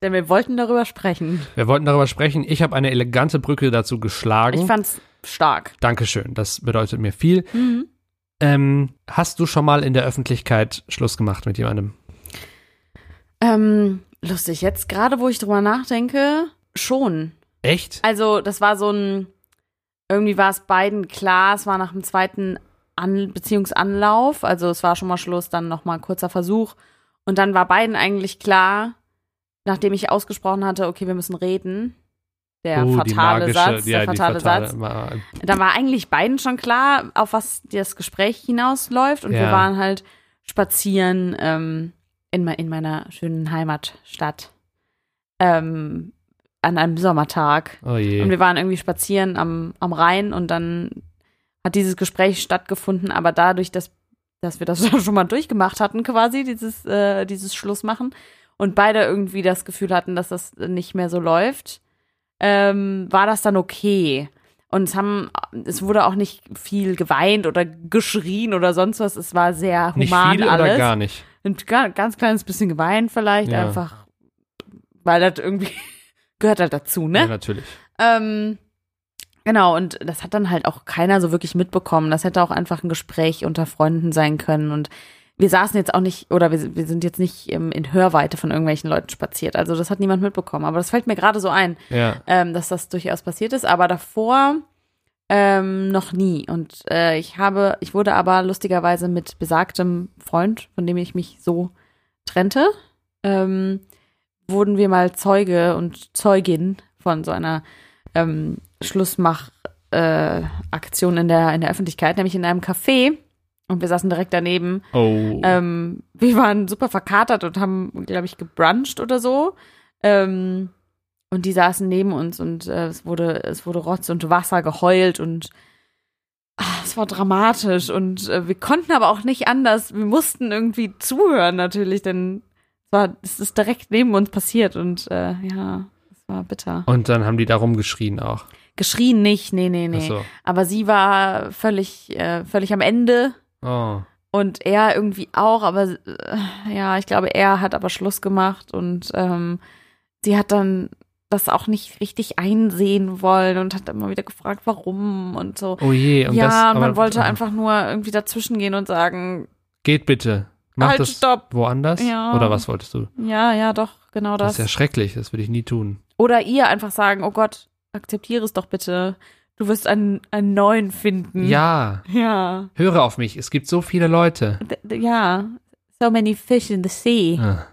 S4: Denn wir wollten darüber sprechen.
S3: Wir wollten darüber sprechen. Ich habe eine elegante Brücke dazu geschlagen.
S4: Ich fand's stark.
S3: Dankeschön, das bedeutet mir viel. Ähm, hast du schon mal in der Öffentlichkeit Schluss gemacht mit jemandem?
S4: Ähm, lustig, jetzt gerade, wo ich drüber nachdenke, schon.
S3: Echt?
S4: Also, das war so ein, irgendwie war es beiden klar, es war nach dem zweiten An Beziehungsanlauf, also es war schon mal Schluss, dann nochmal ein kurzer Versuch. Und dann war beiden eigentlich klar, nachdem ich ausgesprochen hatte, okay, wir müssen reden. Der
S3: Oh, die
S4: fatale
S3: magische-
S4: Satz, der
S3: ja, die
S4: fatale Satz.
S3: ma-
S4: Da war eigentlich beiden schon klar, auf was das Gespräch hinausläuft. Und wir
S3: Ja.
S4: waren halt spazieren ähm, in, me in meiner schönen Heimatstadt ähm, an einem Sommertag.
S3: Oh je.
S4: Und wir waren irgendwie spazieren am, am Rhein und dann hat dieses Gespräch stattgefunden, aber dadurch, dass, dass wir das schon mal durchgemacht hatten, quasi, dieses, äh, dieses Schlussmachen, und beide irgendwie das Gefühl hatten, dass das nicht mehr so läuft, ähm, war das dann okay. Und es haben, es wurde auch nicht viel geweint oder geschrien oder sonst was. Es war sehr
S3: nicht
S4: human
S3: viel
S4: alles.
S3: oder gar nicht?
S4: Ein ga- ganz kleines bisschen geweint vielleicht,
S3: Ja.
S4: einfach, weil das irgendwie gehört halt dazu, ne?
S3: Ja, natürlich.
S4: Ähm, genau, und das hat dann halt auch keiner so wirklich mitbekommen. Das hätte auch einfach ein Gespräch unter Freunden sein können. Und wir saßen jetzt auch nicht, oder wir, wir sind jetzt nicht ähm, in Hörweite von irgendwelchen Leuten spaziert. Also das hat niemand mitbekommen. Aber das fällt mir gerade so ein,
S3: Ja.
S4: ähm, dass das durchaus passiert ist. Aber davor ähm, noch nie. Und äh, ich habe, ich wurde aber lustigerweise mit besagtem Freund, von dem ich mich so trennte, ähm, wurden wir mal Zeuge und Zeugin von so einer ähm, Schlussmach-Aktion in, der, in der Öffentlichkeit, nämlich in einem Café. Und wir saßen direkt daneben.
S3: Oh.
S4: Ähm, wir waren super verkatert und haben, glaube ich, gebruncht oder so. Ähm, und die saßen neben uns und äh, es, wurde, es wurde Rotz und Wasser geheult und ah, es war dramatisch. Und äh, wir konnten aber auch nicht anders. Wir mussten irgendwie zuhören natürlich, denn es, war, es ist direkt neben uns passiert und äh, ja, es war bitter.
S3: Und dann haben die darum geschrien auch.
S4: Geschrien nicht, nee, nee,
S3: Ach
S4: nee.
S3: so.
S4: Aber sie war völlig, äh, völlig am Ende.
S3: Oh.
S4: Und er irgendwie auch, aber äh, ja, ich glaube, er hat aber Schluss gemacht und ähm, sie hat dann das auch nicht richtig einsehen wollen und hat immer wieder gefragt, warum und so.
S3: Oh je. Und
S4: ja,
S3: das,
S4: und man
S3: aber-
S4: wollte einfach nur irgendwie dazwischen gehen und sagen,
S3: Geht bitte. Mach
S4: Halt,
S3: das
S4: stopp.
S3: woanders?
S4: Ja.
S3: Oder was wolltest du?
S4: ja, ja, doch, genau
S3: Das,
S4: das.
S3: ist ja schrecklich, das würde ich nie tun.
S4: Oder ihr einfach sagen, oh Gott, akzeptiere es doch bitte. Du wirst einen, einen neuen finden.
S3: Ja,
S4: Ja.
S3: höre auf mich, es gibt so viele Leute.
S4: D d- ja. So many fish in the sea.
S3: Ah.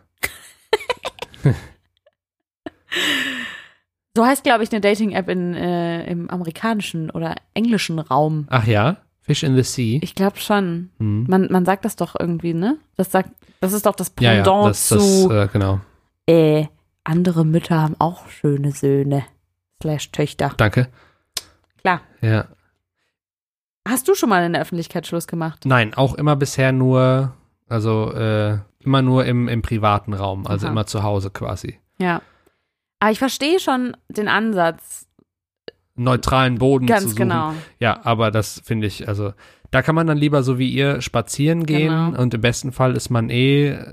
S4: So heißt, glaube ich, eine Dating-App in, äh, im amerikanischen oder englischen Raum.
S3: Ach ja, Fish in the Sea.
S4: Ich glaube schon.
S3: Hm.
S4: Man, man sagt das doch irgendwie, ne? Das sagt, das ist doch das
S3: Ja,
S4: Pendant
S3: ja, das, das
S4: zu
S3: äh, genau.
S4: äh, andere Mütter haben auch schöne Söhne. Slash Töchter.
S3: Danke.
S4: Klar.
S3: Ja.
S4: Hast du schon mal in der Öffentlichkeit Schluss gemacht?
S3: Nein, auch immer bisher nur, also äh, immer nur im, im privaten Raum, also
S4: Aha.
S3: immer zu Hause quasi.
S4: Ja. Aber ich verstehe schon den Ansatz.
S3: Neutralen Boden zu
S4: Ganz
S3: suchen.
S4: genau.
S3: Ja, aber das finde ich, also da kann man dann lieber so wie ihr spazieren gehen
S4: Genau.
S3: und im besten Fall ist man eh, äh,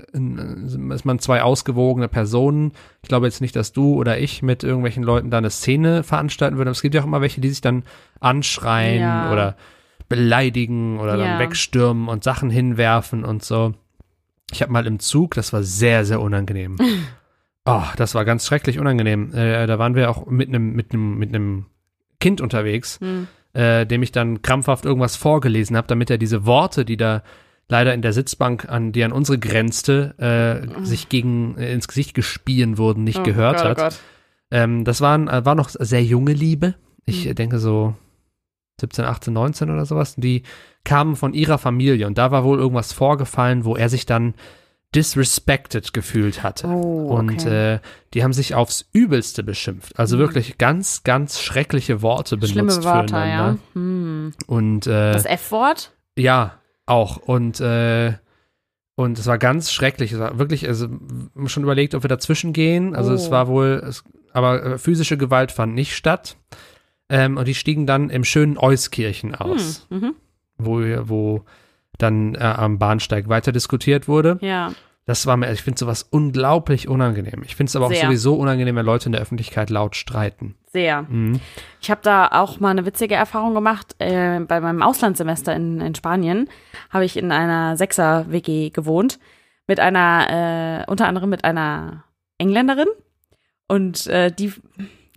S3: ist man zwei ausgewogene Personen. Ich glaube jetzt nicht, dass du oder ich mit irgendwelchen Leuten da eine Szene veranstalten würden. Aber Es gibt ja auch immer welche, die sich dann anschreien
S4: Ja.
S3: oder beleidigen oder
S4: Ja.
S3: dann wegstürmen und Sachen hinwerfen und so. Ich habe mal im Zug, das war sehr, sehr unangenehm. Oh, das war ganz schrecklich unangenehm. Äh, da waren wir auch mit einem mit einem mit einem Kind unterwegs
S4: Hm.
S3: äh, dem ich dann krampfhaft irgendwas vorgelesen habe, damit er diese Worte, die da leider in der Sitzbank an die an unsere grenzte, äh, sich gegen äh, ins Gesicht gespien wurden, nicht gehört
S4: Gott,
S3: hat.
S4: Oh Gott.
S3: Ähm, das waren, äh, war noch sehr junge Liebe. Ich
S4: Hm.
S3: äh, denke so 17, 18, 19 oder sowas. Die kamen von ihrer Familie und da war wohl irgendwas vorgefallen, wo er sich dann disrespected gefühlt hatte.
S4: Oh, okay. Mhm.
S3: Und äh, die haben sich aufs Übelste beschimpft. Also wirklich ganz, ganz schreckliche Worte benutzt
S4: Schlimme Wörter, ja.
S3: füreinander.
S4: Hm.
S3: Und äh,
S4: Das F-Wort?
S3: ja, auch. Und, äh, und es war ganz schrecklich. Es war wirklich, also m- schon überlegt, ob wir dazwischen gehen. Also
S4: Oh.
S3: es war wohl, es, aber äh, physische Gewalt fand nicht statt. Ähm, und die stiegen dann im schönen Euskirchen aus,
S4: Hm. Mhm.
S3: wo, wir- wo dann äh, am Bahnsteig weiter diskutiert wurde.
S4: Ja.
S3: Das war mir, ich finde sowas unglaublich unangenehm. Ich finde es aber auch
S4: Sehr.
S3: sowieso unangenehm, wenn Leute in der Öffentlichkeit laut streiten. Mhm.
S4: Sehr. Ich habe da auch mal eine witzige Erfahrung gemacht. Äh, bei meinem Auslandssemester in, in Spanien habe ich in einer Sechser-WG gewohnt. Mit einer, äh, unter anderem mit einer Engländerin. Und äh, die,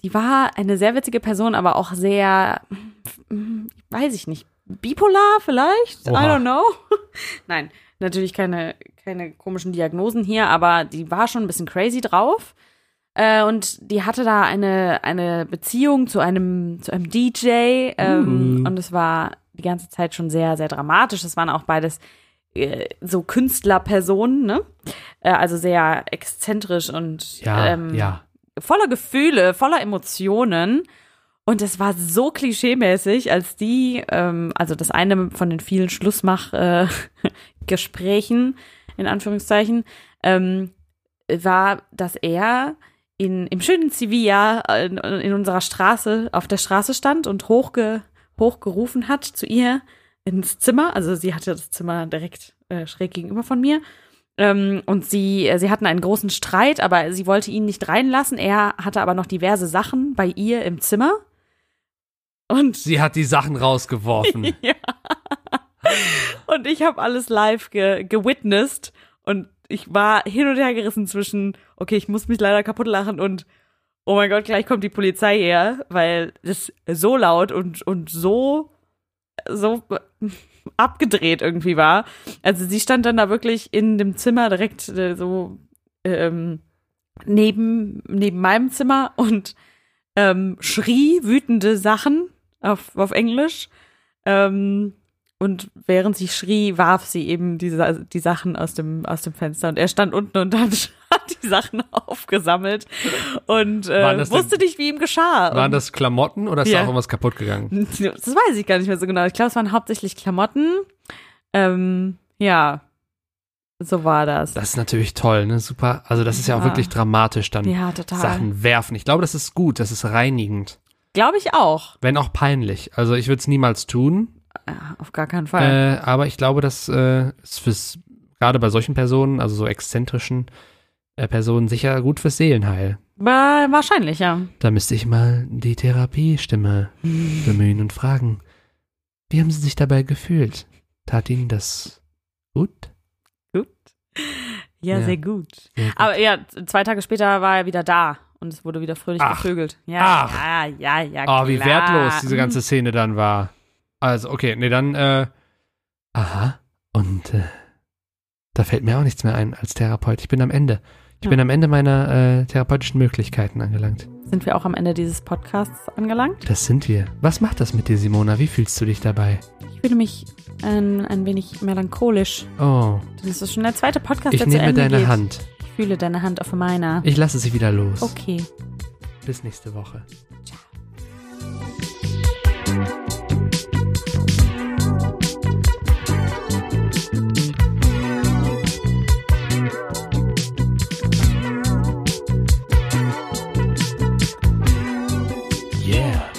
S4: die war eine sehr witzige Person, aber auch sehr, mm, weiß ich nicht, bipolar vielleicht? I
S3: Oha.
S4: don't know. Nein, natürlich keine, keine komischen Diagnosen hier, aber die war schon ein bisschen crazy drauf. Äh, und die hatte da eine, eine Beziehung zu einem, zu einem DJ. Ähm,
S3: Mm.
S4: Und es war die ganze Zeit schon sehr, sehr dramatisch. Das waren auch beides äh, so Künstlerpersonen, ne? Äh, also sehr exzentrisch und
S3: Ja,
S4: ähm,
S3: ja.
S4: voller Gefühle, voller Emotionen. Und es war so klischeemäßig, als die, ähm, also das eine von den vielen äh, Schlussmach-Gesprächen, in Anführungszeichen, ähm, war, dass er in, im schönen Sevilla äh, in, in unserer Straße, auf der Straße stand und hochge, hochgerufen hat zu ihr ins Zimmer. Also sie hatte das Zimmer direkt äh, schräg gegenüber von mir. Ähm, und sie, äh, sie hatten einen großen Streit, aber sie wollte ihn nicht reinlassen. Er hatte aber noch diverse Sachen bei ihr im Zimmer. Und
S3: Sie hat die Sachen rausgeworfen.
S4: Und ich habe alles live ge gewitnessed und ich war hin und her gerissen zwischen, okay, ich muss mich leider kaputt lachen und oh mein Gott, gleich kommt die Polizei her, weil das so laut und, und so, so abgedreht irgendwie war. Also sie stand dann da wirklich in dem Zimmer direkt äh, so ähm, neben, neben meinem Zimmer und ähm, schrie wütende Sachen auf, auf Englisch. Ähm, und während sie schrie, warf sie eben die, Sa- die Sachen aus dem, aus dem Fenster. Und er stand unten und hat, hat die Sachen aufgesammelt und
S3: Waren
S4: äh,
S3: das denn-
S4: wusste nicht, wie ihm geschah.
S3: Waren
S4: Und-
S3: das Klamotten oder ist
S4: Ja.
S3: da auch irgendwas kaputt gegangen?
S4: das weiß ich gar nicht mehr so genau. Ich glaube, es waren hauptsächlich Klamotten. Ähm, ja. So war das.
S3: Das ist natürlich toll, ne? Super. Also das ist ja auch
S4: Ja.
S3: wirklich dramatisch dann.
S4: ja, total.
S3: Sachen werfen. Ich glaube, das ist gut, das ist reinigend.
S4: Glaube ich auch.
S3: Wenn auch peinlich. Also ich würde es niemals tun,
S4: Ja, auf gar keinen Fall.
S3: äh, aber ich glaube, das äh, ist fürs, gerade bei solchen Personen, also so exzentrischen äh, Personen, sicher gut fürs Seelenheil.
S4: Wa- wahrscheinlich, ja.
S3: Da müsste ich mal die Therapiestimme
S4: Hm.
S3: bemühen und fragen, wie haben Sie sich dabei gefühlt? Tat Ihnen das gut?
S4: Gut. Ja,
S3: Ja.
S4: sehr gut.
S3: Ja, gut.
S4: Aber ja, zwei Tage später war er wieder da und es wurde wieder fröhlich
S3: Ach.
S4: geprügelt. Ja,
S3: Ach.
S4: ja, ja, ja.
S3: Oh, wie
S4: klar. Hm.
S3: wertlos diese ganze Szene dann war. Also, okay, nee, dann, äh, aha, und, äh, da fällt mir auch nichts mehr ein als Therapeut. Ich bin am Ende. Ich
S4: Ja.
S3: bin am Ende meiner äh, therapeutischen Möglichkeiten angelangt.
S4: Mhm. Sind wir auch am Ende dieses Podcasts angelangt?
S3: Das sind wir. Was macht das mit dir, Simona? Wie fühlst du dich dabei?
S4: Ich fühle mich ähm, ein wenig melancholisch.
S3: Oh,
S4: Das ist schon der zweite Podcast,
S3: ich
S4: der zu
S3: nehme
S4: Ende
S3: deine
S4: geht.
S3: Hand.
S4: Ich fühle deine Hand auf meiner.
S3: Ich lasse sie wieder los.
S4: Okay.
S3: Bis nächste Woche.
S2: Yeah.